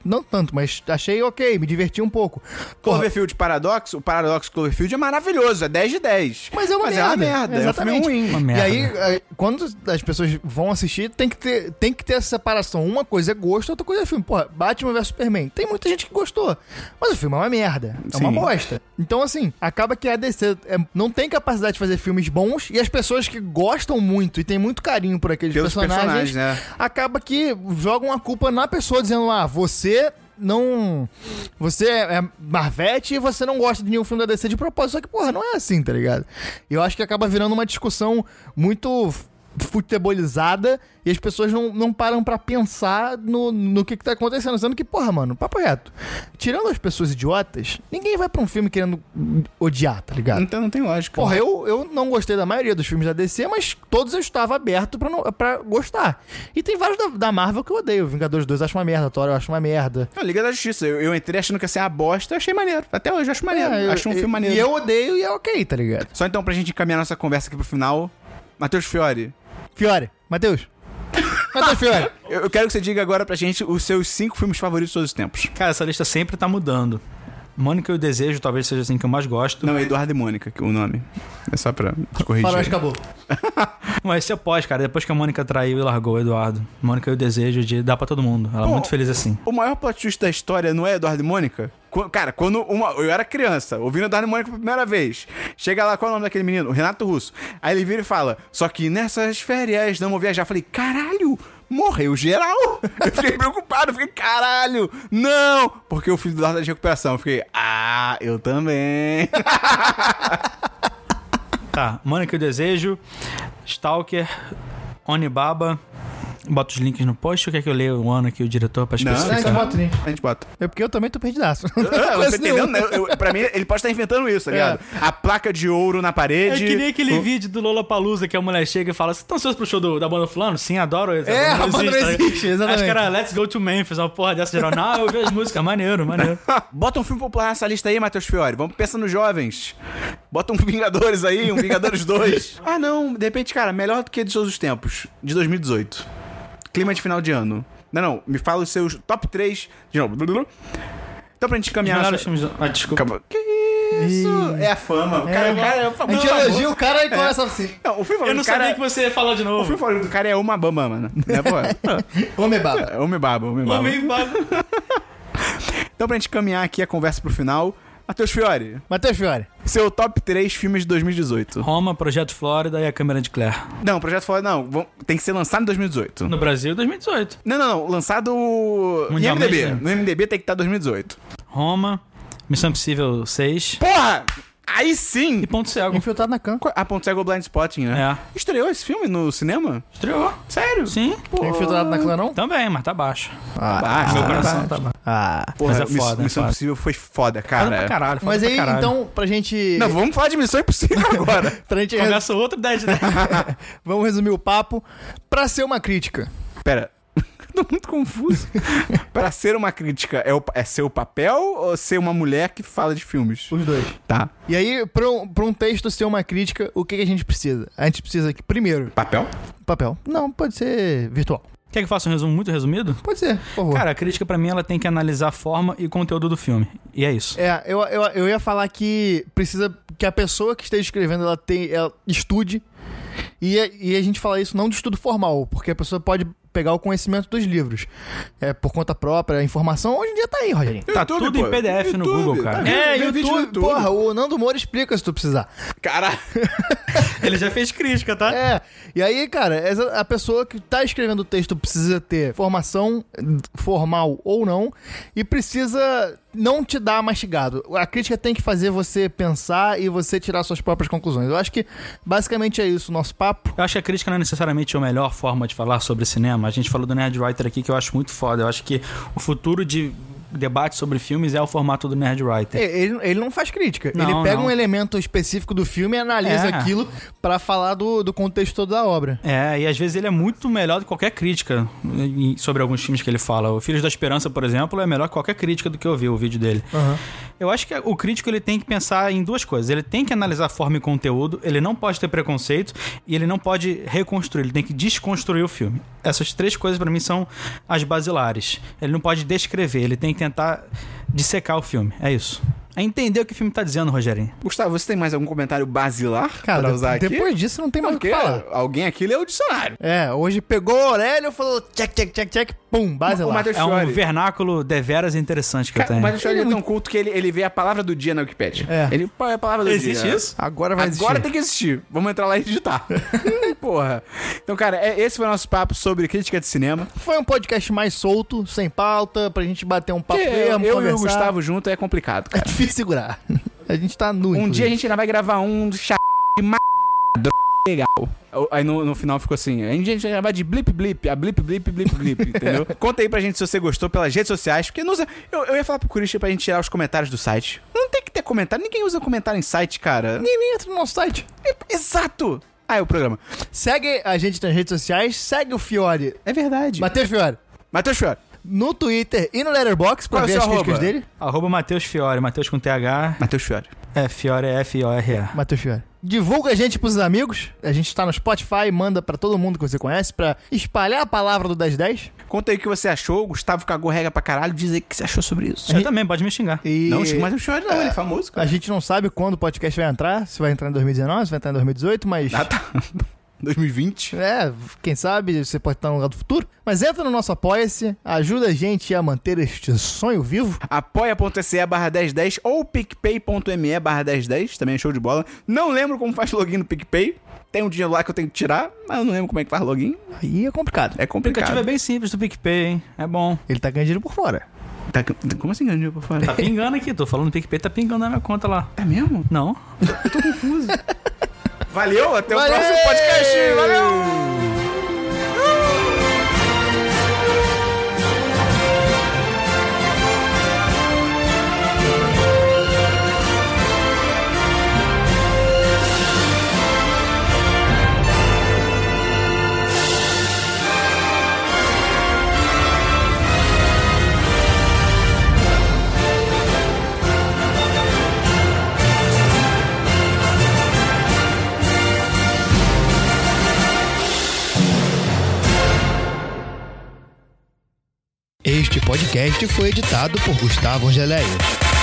S2: Não tanto, mas achei ok, me diverti um pouco. Porra,
S1: Cloverfield Paradoxo, o Paradoxo Cloverfield é maravilhoso, é 10 de 10.
S2: mas é uma merda.
S1: é um filme
S2: exatamente.
S1: ruim.
S7: Uma
S2: E
S7: merda.
S2: aí, é, quando as pessoas vão assistir, tem que, ter, tem que ter essa separação. Uma coisa é gosto, outra coisa é filme. Porra, Batman vs Superman. Tem muita gente que gostou, mas o filme é uma merda. É uma
S1: Sim.
S2: bosta. Então, assim, acaba que a DC é, não tem capacidade de fazer filmes bons e as pessoas que gostam muito e têm muito carinho por aqueles
S1: Pelos
S2: personagens,
S1: personagens, né?
S2: acaba que jogam a culpa na pessoa, dizendo, ah, você não... Você é Marvete e você não gosta de nenhum filme da DC de propósito. Só que, porra, não é assim, tá ligado? Eu acho que acaba virando uma discussão muito f- futebolizada e as pessoas não, não param pra pensar no, no que, que tá acontecendo. Sendo que, porra, mano, papo reto. Tirando as pessoas idiotas, ninguém vai pra um filme querendo odiar, tá ligado?
S1: Então não tem lógica.
S2: Porra, eu, eu não gostei da maioria dos filmes da DC, mas todos eu estava aberto pra, não, pra gostar. E tem vários da, da Marvel que eu odeio. Vingadores 2 eu acho uma merda, Thor eu acho uma merda.
S1: Não, Liga da Justiça. Eu, eu entrei achando que ia ser a bosta, eu achei maneiro. Até hoje eu acho maneiro.
S2: É, eu-
S1: acho um filme
S2: e-
S1: maneiro.
S2: E eu odeio e é ok, tá ligado?
S1: Só então, pra gente encaminhar nossa conversa aqui pro final, Matheus Fiore,
S2: Fiore, Matheus. Matheus Fiore.
S1: eu, eu quero que você diga agora pra gente os seus cinco filmes favoritos de todos os tempos.
S3: Cara, essa lista sempre tá mudando. Mônica e o Desejo talvez seja assim que eu mais gosto.
S1: Não, é Eduardo e Mônica, que é o nome. É só pra te corrigir.
S2: Faroeste acabou.
S3: Mas isso é pós, cara. Depois que a Mônica traiu e largou o Eduardo. Mônica e o Desejo de dar pra todo mundo. Ela é
S1: Bom,
S3: muito feliz assim.
S1: O maior plot twist da história não é Eduardo e Mônica? Qu- cara, quando uma, eu era criança, ouvindo Eduardo e Mônica pela primeira vez, chega lá, qual é o nome daquele menino? O Renato Russo. Aí ele vira e fala, só que nessas férias não vou viajar. Eu falei, caralho, morreu geral. *laughs* Eu fiquei preocupado, eu fiquei, caralho, não. Porque o filho do Eduardo é de recuperação. Eu fiquei, ah, eu também. *laughs*
S3: Tá, Mônica e o Desejo, Stalker, Onibaba. Bota os links no post ou quer que eu leia o ano aqui, o diretor, pra as
S1: Não,
S3: pessoas?
S1: não,
S2: Tá, a gente bota, né?
S1: A gente bota.
S2: É porque eu também tô *laughs* perdidaço.
S1: Ah,
S2: Conheço
S1: você entendeu?
S2: nenhum.
S1: Eu, eu- pra mim, ele pode estar inventando isso, tá ligado? A placa de ouro na
S3: É
S1: parede.
S3: que nem aquele vídeo do Lola Palusa que a mulher chega e fala: Vocês estão ansiosos pro show do- da banda Fulano? Sim, adoro. essa
S2: É, a banda não
S3: tá ligado?"
S2: existe, exatamente.
S3: Acho que era Let's Go to Memphis, uma porra dessa geral. Não, eu vi as músicas, *laughs*
S2: *laughs*
S3: maneiro, maneiro.
S1: Bota um filme popular nessa lista aí, Matheus Fiore. Vamos pensar nos jovens. Bota um *laughs* Vingadores aí, um Vingadores 2. *laughs* Ah, não. De repente, cara, melhor do que de todos os tempos. De 2018. Clima de final de ano. Não, não. Me fala os seus top 3. De novo. Blu, blu, blu. Então, pra gente caminhar...
S3: Melhores
S1: nessa-
S3: filmes. do- Ah, desculpa.
S1: Calma. Que isso? É a fama. O cara, o cara é o
S2: A gente
S1: famoso.
S2: elogia o cara e começa assim.
S1: Não, o filme favorito
S3: Eu não
S1: do cara... é-
S3: sabia que você ia falar de
S1: O filme
S3: novo.
S1: favorito do cara é Uma Bamba, mano. Né,
S3: *laughs*
S1: pô?
S2: Homem baba.
S1: É Homem Baba, Homem Baba.
S3: Homem Baba.
S1: Então, pra gente caminhar aqui a conversa pro final... Matheus Fiore,
S2: Matheus Fiore.
S1: seu top 3 filmes de 2018.
S3: Roma, Projeto Flórida e a Câmera de Claire.
S1: Não, o projeto falou, não, vão- tem que ser lançado em 2018.
S3: No Brasil, 2018.
S1: Não, não, não, lançado no
S3: Mundialmente,
S1: MDB.
S3: né?
S1: No MDB tem que estar 2018.
S3: Roma, Missão Impossível 6
S1: Porra! Aí sim!
S3: e Ponto Cego.
S2: Infiltrado na cama.
S1: A Ponto Cego é Blind Spotting, né?
S3: É.
S1: Estreou esse filme no cinema?
S3: Estreou.
S1: Sério?
S3: Sim.
S2: Tem infiltrado na clã, não?
S3: Também, mas tá baixo.
S1: Ah,
S3: Meu
S1: tá
S3: coração
S1: baixo.
S3: tá baixo.
S2: Ah.
S1: Porra,
S3: Mas é
S1: Miss-
S3: foda, é
S1: Missão
S3: foda.
S1: Impossível foi foda,
S3: Foda
S1: cara.
S3: pra caralho. foda
S2: Mas
S3: pra
S2: aí,
S3: caralho.
S2: então, pra gente.
S1: Não, vamos falar de Missão Impossível *laughs* agora.
S2: pra gente
S3: Começa outro né?
S2: *laughs*
S3: 10 de 10.
S2: Vamos resumir o papo. Pra ser uma crítica.
S1: Pera. *laughs* Tô muito
S3: *laughs*
S1: confuso. pra ser uma crítica, é, o, é seu papel ou ser uma mulher que fala de filmes?
S2: Os dois.
S1: Tá.
S2: E aí, pra um, pra um texto ser uma crítica, o que, que a gente precisa? A gente precisa que, primeiro,
S1: Papel?
S2: papel. Não, pode ser virtual.
S3: Quer que eu faça um resumo muito resumido?
S2: Pode ser, por favor.
S3: Cara, a crítica pra mim ela tem que analisar a forma e conteúdo do filme. E é isso.
S2: É, eu, eu, eu ia falar que precisa que a pessoa que esteja escrevendo, ela, tem, ela estude. E, a- e a gente fala isso não de estudo formal, porque a pessoa pode pegar o conhecimento dos livros. É, por conta própria, a informação hoje em dia tá aí, Rogerinho.
S3: Tá
S1: YouTube,
S3: tudo em
S1: pô.
S3: PDF no
S1: YouTube,
S3: Google,
S1: tá
S3: cara.
S1: vendo?
S2: É,
S1: Vê vídeo no
S2: YouTube, porra, o Nando Moura explica se tu precisar.
S1: Caralho.
S3: *laughs* Ele já fez crítica, tá?
S2: É, e aí, cara, essa- a pessoa que tá escrevendo o texto precisa ter formação eh, formal ou não, e precisa não te dar mastigado. A crítica tem que fazer você pensar e você tirar suas próprias conclusões. Eu acho que basicamente é isso o nosso papo.
S3: Eu acho que a crítica não é necessariamente a melhor forma de falar sobre cinema. mas a gente falou do Nerd Writer aqui que eu acho muito foda. Eu acho que o futuro de debate sobre filmes é o formato do Nerd Writer.
S2: É, Ele, ele não faz crítica.
S3: Não,
S2: ele pega
S3: não.
S2: um elemento específico do filme e analisa
S3: É.
S2: aquilo pra falar do, do contexto todo da obra.
S3: É, e às vezes ele é muito melhor do que qualquer crítica né, em- sobre alguns filmes que ele fala. O Filhos da Esperança, por exemplo, é melhor que qualquer crítica do que eu vi o vídeo dele. Eu acho que o crítico ele tem que pensar em duas coisas. Ele tem que analisar forma e conteúdo, ele não pode ter preconceito e ele não pode reconstruir, ele tem que desconstruir o filme. Essas três coisas pra mim são as basilares. Ele não pode descrever, ele tem que tentar dissecar o filme. É isso. É entender o que o filme tá dizendo, Rogerinho.
S1: Gustavo, você tem mais algum comentário basilar
S2: Cara,
S1: pra usar aqui?
S2: depois disso não tem
S1: Não,
S2: mais o que
S1: porque
S2: falar.
S1: alguém aqui leu o dicionário.
S2: É, hoje pegou o Aurélio falou check, check, check, check, pum, base
S1: O
S2: lá.
S1: Matheus
S3: É um
S1: Fiore.
S3: vernáculo deveras interessante que eu
S1: Cara,
S3: tenho.
S1: o Matheus Fiore é tão culto que ele, ele vê a palavra do dia na Wikipedia.
S2: É.
S1: Ele põe a palavra do um dia.
S2: Agora vai
S1: Agora
S2: existir.
S1: tem que existir. Vamos entrar lá e
S2: *laughs*
S1: digitar. Porra. Então, cara, é- esse foi o nosso papo sobre crítica de cinema.
S2: Foi um podcast mais solto, sem pauta, pra gente bater um papo
S1: Porque eu,
S2: mesmo,
S1: eu e
S2: conversar.
S1: o Gustavo junto é complicado,
S2: *laughs* É
S1: cara.
S2: difícil segurar. *laughs* A gente tá nu,
S1: Um dia a
S2: inclusive.
S1: gente ainda vai gravar um do chá de ma... do legal. Aí no, no final ficou assim, a gente ainda vai gravar de blip blip, a blip blip blip *laughs* blip, entendeu? Conta aí pra gente se você gostou pelas redes sociais, porque não usa... Eu, eu ia falar pro Curitiba pra gente tirar os comentários do site. Não tem que ter comentário, ninguém usa comentário em site, cara.
S2: Ninguém nem entra no nosso site.
S1: Exato! Ah, é o programa.
S2: Segue a gente nas redes sociais, segue o Fiore.
S1: É verdade.
S2: Matheus Fiore.
S1: Matheus Fiore.
S2: No Twitter e no Letterboxd
S1: Qual
S2: pra
S1: é o
S2: ver
S1: seu
S2: as críticas
S1: arroba?
S2: dele.
S3: Arroba Matheus Fiore, Matheus com TH,
S1: Matheus Fiore.
S3: é Fiore é F-I-O-R-A.
S2: Matheus Fiore. Divulga a gente pros amigos. A gente tá no Spotify, manda pra todo mundo que você conhece pra espalhar a palavra do 1010.
S1: Conta aí o que você achou. O Gustavo cagou regra pra caralho. Diz aí o que você achou sobre isso.
S3: Você também pode me xingar.
S2: E
S1: Não, o Matheus Fiore não. Ele é famoso,
S2: a
S1: cara.
S2: gente não sabe quando o podcast vai entrar, se vai entrar em 2019, se vai entrar em 2018, mas.
S1: Ah, tá. 2020.
S2: É, quem sabe você pode estar no lugar do futuro. Mas entra no nosso Apoia-se, ajuda a gente a manter este sonho vivo.
S1: apoia.se barra 1010 ou picpay.me barra 1010, também é show de bola. Não lembro como faz login no PicPay. Tem um dinheiro lá que eu tenho que tirar, mas eu não lembro como é que faz login.
S2: Aí é complicado.
S1: É
S3: O aplicativo é
S1: complicado.
S3: bem simples do PicPay, hein? É bom.
S2: Ele tá ganhando dinheiro por fora.
S1: Tá- como assim ganhou dinheiro pra fora?
S3: Tá pingando aqui, tô falando do PicPay, tá pingando na minha conta lá.
S1: É mesmo?
S3: Não?
S1: Valeu, até
S2: Valeu!
S1: o próximo podcast. Valeu!
S2: Este podcast foi editado por Gustavo Angeléia.